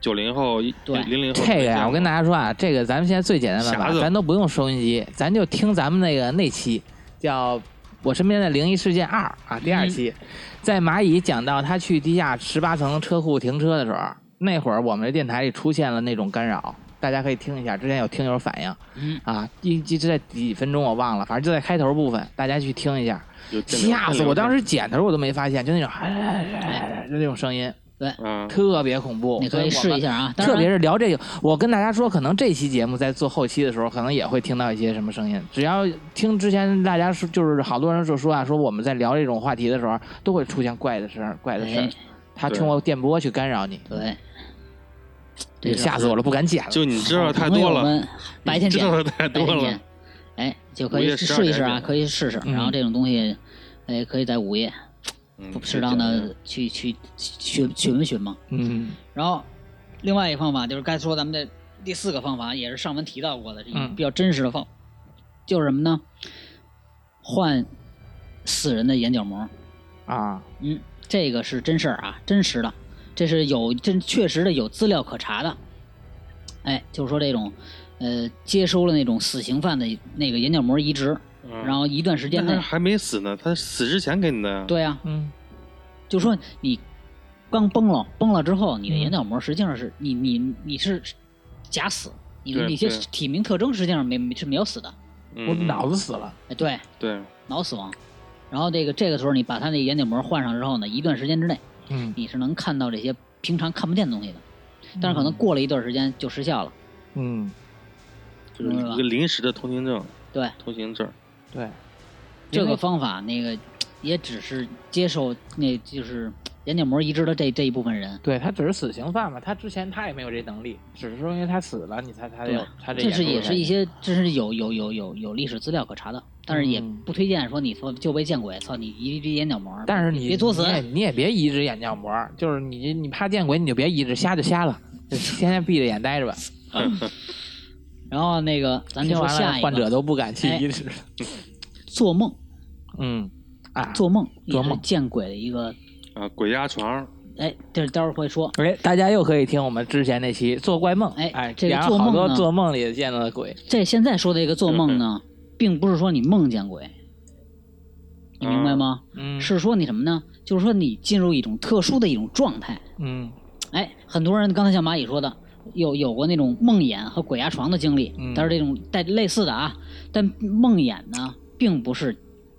Speaker 5: 九零后、零
Speaker 2: 对
Speaker 5: 零后，
Speaker 3: 这个呀，我跟大家说啊，这个咱们现在最简单的办
Speaker 5: 匣
Speaker 3: 法，
Speaker 5: 子
Speaker 3: 咱都不用收音机，咱就听咱们那个那期叫《我身边的灵异事件二》
Speaker 2: 嗯
Speaker 3: 啊，第二期，在蚂蚁讲到他去地下十八层车库停车的时候，那会儿我们的电台里出现了那种干扰，大家可以听一下，之前有听友反映，
Speaker 2: 嗯
Speaker 3: 啊，一集就在几分钟我忘了，反正就在开头部分，大家去听一下，
Speaker 5: 有电流
Speaker 2: 嗯
Speaker 3: 吓死我！当时剪的时候我都没发现，就那种哎哎哎哎哎就那种声音，
Speaker 2: 对，
Speaker 5: 啊，
Speaker 3: 特别恐怖。
Speaker 2: 嗯你可以
Speaker 3: 所我
Speaker 2: 试
Speaker 3: 们
Speaker 2: 一下啊。当
Speaker 3: 特
Speaker 2: 然
Speaker 3: 别是聊这个，我跟大家说，可能这期节目在做后期的时候，可能也会听到一些什么声音。只要听之前大家说，就是好多人就说啊，说我们在聊这种话题的时候，啊都会出现怪的声儿、怪的事儿
Speaker 2: 哎，
Speaker 3: 他
Speaker 5: 对
Speaker 3: 通过电波去干扰你，
Speaker 2: 对，
Speaker 3: 你吓死我了，不敢剪了。
Speaker 5: 就你知道的太
Speaker 2: 朋
Speaker 5: 多
Speaker 2: 友
Speaker 5: 了，
Speaker 2: 们，白天
Speaker 5: 知
Speaker 2: 剪
Speaker 5: 道的
Speaker 2: 白
Speaker 5: 太多
Speaker 2: 天
Speaker 5: 了
Speaker 2: 见，，哎，就可
Speaker 5: 午
Speaker 2: 以
Speaker 5: 夜12
Speaker 2: 试一试啊，
Speaker 5: 点
Speaker 2: 可以试试。
Speaker 3: 嗯
Speaker 2: 然后这种东西，哎，可以在午夜
Speaker 5: 嗯
Speaker 2: 不适当的去去去去询问询问。
Speaker 3: 嗯
Speaker 2: 然后，另外一个方法就是该说咱们的第四个方法，也是上文提到过的，这个
Speaker 3: 嗯
Speaker 2: 比较真实的方，就是什么呢？换死人的眼角膜，
Speaker 3: 啊，
Speaker 2: 嗯，这个是真事儿啊，真实的，这是有真确实的有资料可查的。哎，就是说这种，呃，接收了那种死刑犯的那个眼角膜移植，
Speaker 5: 嗯
Speaker 2: 然后一段时间
Speaker 5: 但
Speaker 2: 内，
Speaker 5: 是还没死呢，他死之前给你的呀，
Speaker 2: 对啊，
Speaker 3: 嗯
Speaker 2: 就说你刚崩了，崩了之后，你的
Speaker 3: 嗯
Speaker 2: 眼角膜实际上是你你你是假死，你的
Speaker 5: 对
Speaker 2: 那些
Speaker 5: 对
Speaker 2: 体明特征实际上没没是没有死的，
Speaker 5: 嗯，
Speaker 3: 我
Speaker 5: 嗯
Speaker 3: 脑子死了，
Speaker 2: 哎，对，
Speaker 5: 对，
Speaker 2: 脑死亡。然后这个这个时候你把他那眼角膜换上之后呢，一段时间之内
Speaker 3: 嗯
Speaker 2: 你是能看到这些平常看不见的东西的，但是可
Speaker 5: 嗯
Speaker 2: 能过了一段时间就失效了。
Speaker 3: 嗯，
Speaker 5: 就是
Speaker 2: 明白吧
Speaker 5: 一个临时的通行证，
Speaker 2: 嗯对，
Speaker 5: 通行证，
Speaker 3: 对，
Speaker 2: 这
Speaker 3: 因
Speaker 2: 个
Speaker 3: 为
Speaker 2: 方法那个也只是接受那就是眼角膜移植的这这一部分人，
Speaker 3: 对他只是死刑犯嘛，他之前他也没有这能力，只是说因为他死了，你才他
Speaker 2: 对
Speaker 3: 有他这
Speaker 2: 这是
Speaker 3: 眼
Speaker 2: 也
Speaker 3: 珠
Speaker 2: 是一些，这是有有有有有历史资料可查的，但是也
Speaker 3: 嗯
Speaker 2: 不推荐说你说就被见鬼，操你一滴眼角膜儿，
Speaker 3: 但是你
Speaker 2: 别作死啊
Speaker 3: 你，也你也别移植眼角膜儿，就是你你怕见鬼你就别移植，瞎就瞎了，就天天闭着眼待着吧。
Speaker 2: 然后那个 咱就
Speaker 3: 听
Speaker 2: 说
Speaker 3: 完
Speaker 2: 下
Speaker 3: 了，
Speaker 2: 一
Speaker 3: 患者
Speaker 2: 个哎
Speaker 3: 都不敢去移植。
Speaker 2: 做梦
Speaker 3: 嗯啊，
Speaker 2: 做梦
Speaker 3: 做梦
Speaker 2: 也是见鬼的一个，
Speaker 5: 啊，鬼压床，
Speaker 2: 哎，这待会儿会说，
Speaker 3: 哎，大家又可以听我们之前那期做怪梦，
Speaker 2: 哎
Speaker 3: 哎，
Speaker 2: 这个
Speaker 3: 然后
Speaker 2: 做梦
Speaker 3: 好多
Speaker 2: 呢
Speaker 3: 做梦里见到的鬼，
Speaker 2: 这现在说的一个做梦呢，并不是说你梦见鬼，你明白吗？
Speaker 3: 嗯
Speaker 2: 是说你什么呢？就是说你进入一种特殊的一种状态。
Speaker 3: 嗯
Speaker 2: 哎，很多人刚才像蚂蚁说的，有有过那种梦魇和鬼压床的经历，
Speaker 3: 嗯
Speaker 2: 但是这种带类似的啊，但梦魇呢，并不是，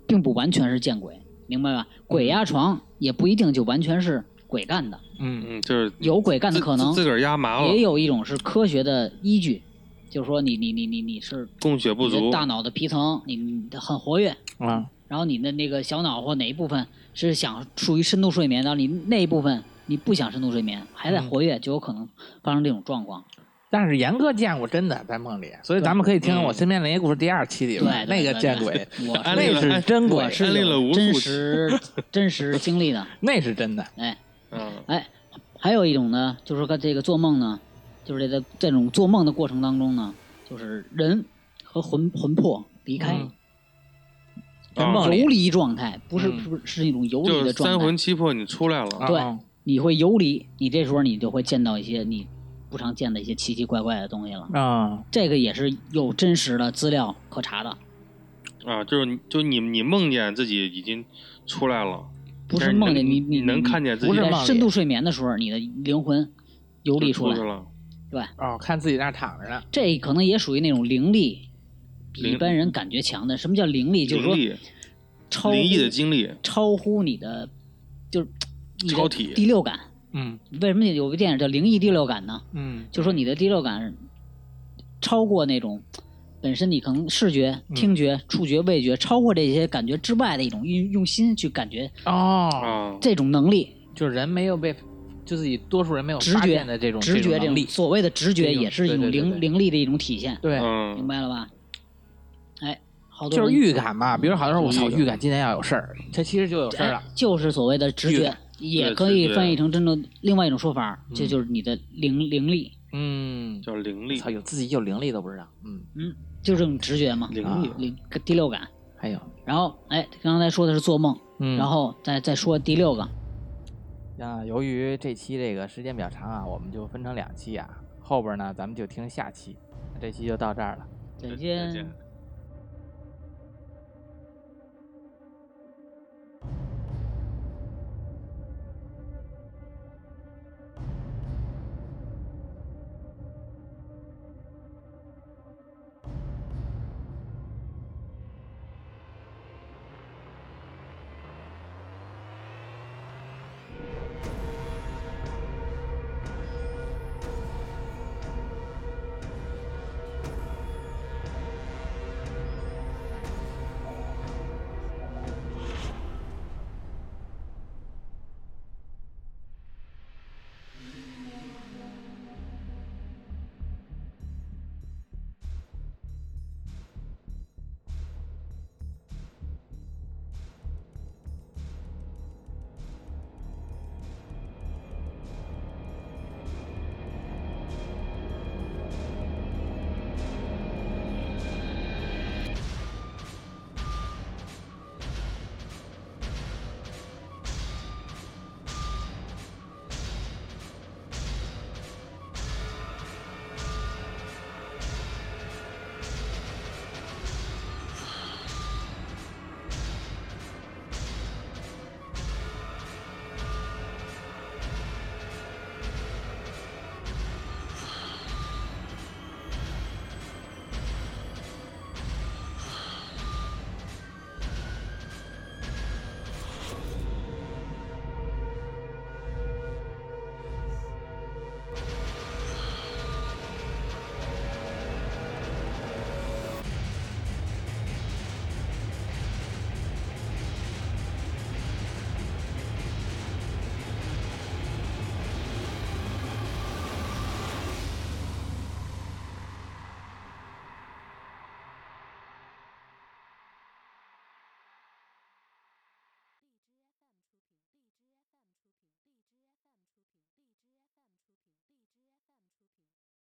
Speaker 2: 并不完全是见鬼，明白吧？鬼压床也不一定就完全是鬼干的，
Speaker 3: 嗯
Speaker 5: 嗯，就是
Speaker 2: 有鬼干的可能
Speaker 5: 自自自个儿压麻了，
Speaker 2: 也有一种是科学的依据，就是说你你你你你是
Speaker 5: 供血不
Speaker 2: 你的
Speaker 5: 足，
Speaker 2: 大脑的皮层你你的很活跃，
Speaker 3: 啊
Speaker 2: 然后你的那个小脑或哪一部分是想属于深度睡眠，然后你那一部分你不想深度睡眠，还
Speaker 3: 嗯
Speaker 2: 在活跃，就有可能发生这种状况。
Speaker 3: 但是严哥见过真的在梦里，所以咱们可以听我身边灵异故事第二期里
Speaker 2: 对
Speaker 3: 边，
Speaker 2: 对
Speaker 3: 那个
Speaker 2: 对
Speaker 3: 见
Speaker 2: 对
Speaker 3: 鬼，
Speaker 2: 我
Speaker 5: 安利
Speaker 3: 那是
Speaker 5: 了
Speaker 3: 真
Speaker 2: 我
Speaker 3: 鬼，
Speaker 2: 哎是
Speaker 5: 安利了
Speaker 2: 有
Speaker 5: 无数
Speaker 2: 真
Speaker 5: 次
Speaker 2: 实 真实经历的。
Speaker 3: 那是真的，
Speaker 2: 哎
Speaker 5: 嗯
Speaker 2: 哎，还有一种呢，就是说这个做梦呢，就是这个这种做梦的过程当中呢，就是人和魂魂魄离开、
Speaker 3: 嗯在
Speaker 5: 啊
Speaker 3: 梦里
Speaker 2: 游离状态，不是、
Speaker 3: 嗯
Speaker 2: 不是是一种游
Speaker 5: 就
Speaker 2: 离
Speaker 5: 是
Speaker 2: 的
Speaker 5: 三
Speaker 2: 状态
Speaker 5: 魂。七魄你出来了，
Speaker 3: 啊
Speaker 2: 对你会游离，你这时候你就会见到一些你不常见的一些奇奇怪怪的东西了。
Speaker 3: 啊，
Speaker 2: 这个也是有真实的资料可查的，
Speaker 5: 啊，就是你就你你梦见自己已经出来了，
Speaker 2: 不
Speaker 5: 但
Speaker 2: 是
Speaker 5: 是
Speaker 2: 梦见
Speaker 5: 能
Speaker 2: 你
Speaker 5: 你
Speaker 2: 你
Speaker 5: 能看见自己
Speaker 3: 不
Speaker 2: 你
Speaker 3: 是
Speaker 2: 在
Speaker 3: 梦里
Speaker 2: 深度睡眠的时候，你的灵魂游
Speaker 5: 就
Speaker 2: 离
Speaker 5: 出
Speaker 2: 出来
Speaker 5: 去，了，
Speaker 3: 哦，看自己那儿躺着呢，
Speaker 2: 这可能也属于那种灵力比
Speaker 5: 灵
Speaker 2: 一般人感觉强的。什么叫灵力？就是说
Speaker 5: 灵力
Speaker 2: 超啊乎
Speaker 5: 灵异的经历，
Speaker 2: 超乎你的，就是你的
Speaker 5: 超体
Speaker 2: 第六感。
Speaker 3: 嗯
Speaker 2: 为什么有部电影叫《灵异第六感》呢？
Speaker 3: 嗯
Speaker 2: 就说你的第六感超过那种本身你可能视觉、
Speaker 3: 嗯
Speaker 2: 听觉、触觉、味觉超过这些感觉之外的一种用用心去感觉
Speaker 3: 哦，
Speaker 5: 啊，
Speaker 2: 这种能力，
Speaker 3: 就是人没有被，就自己多数人没有
Speaker 2: 直
Speaker 3: 发
Speaker 2: 觉
Speaker 3: 现的这种
Speaker 2: 直觉
Speaker 3: 这能
Speaker 2: 种
Speaker 3: 力，
Speaker 2: 所谓的直
Speaker 3: 这
Speaker 2: 觉
Speaker 3: 种
Speaker 2: 也是一
Speaker 3: 对
Speaker 2: 种
Speaker 3: 对对
Speaker 2: 灵
Speaker 3: 对
Speaker 2: 灵力的一种体现，
Speaker 3: 对，
Speaker 2: 明
Speaker 5: 嗯，
Speaker 2: 白了吧？哎，好多
Speaker 3: 就是
Speaker 2: 人
Speaker 3: 预感嘛。比如好多人说我操，
Speaker 5: 预感
Speaker 3: 预感今天要有事儿，他其实就有事儿了
Speaker 2: 哎。就是所谓的直
Speaker 3: 预
Speaker 2: 觉
Speaker 3: 感，
Speaker 2: 也
Speaker 5: 对
Speaker 2: 可
Speaker 5: 直
Speaker 2: 以
Speaker 5: 觉
Speaker 2: 翻译成真的另外一种说法，这
Speaker 3: 嗯
Speaker 2: 就是你的灵灵力，
Speaker 3: 嗯，
Speaker 5: 叫灵力
Speaker 3: 操，，有自己有灵力都不知道。嗯，
Speaker 2: 就是这种直觉嘛，
Speaker 5: 灵
Speaker 3: 啊
Speaker 5: 力，
Speaker 2: 灵第六感。
Speaker 3: 还有，
Speaker 2: 然后，哎，刚才说的是做梦，
Speaker 3: 嗯
Speaker 2: 然后再再说第六个，
Speaker 3: 那由于这期这个时间比较长啊，我们就分成两期啊，后边呢咱们就听下期，这期就到这儿了。
Speaker 2: 再
Speaker 5: 再
Speaker 2: 见
Speaker 5: 见。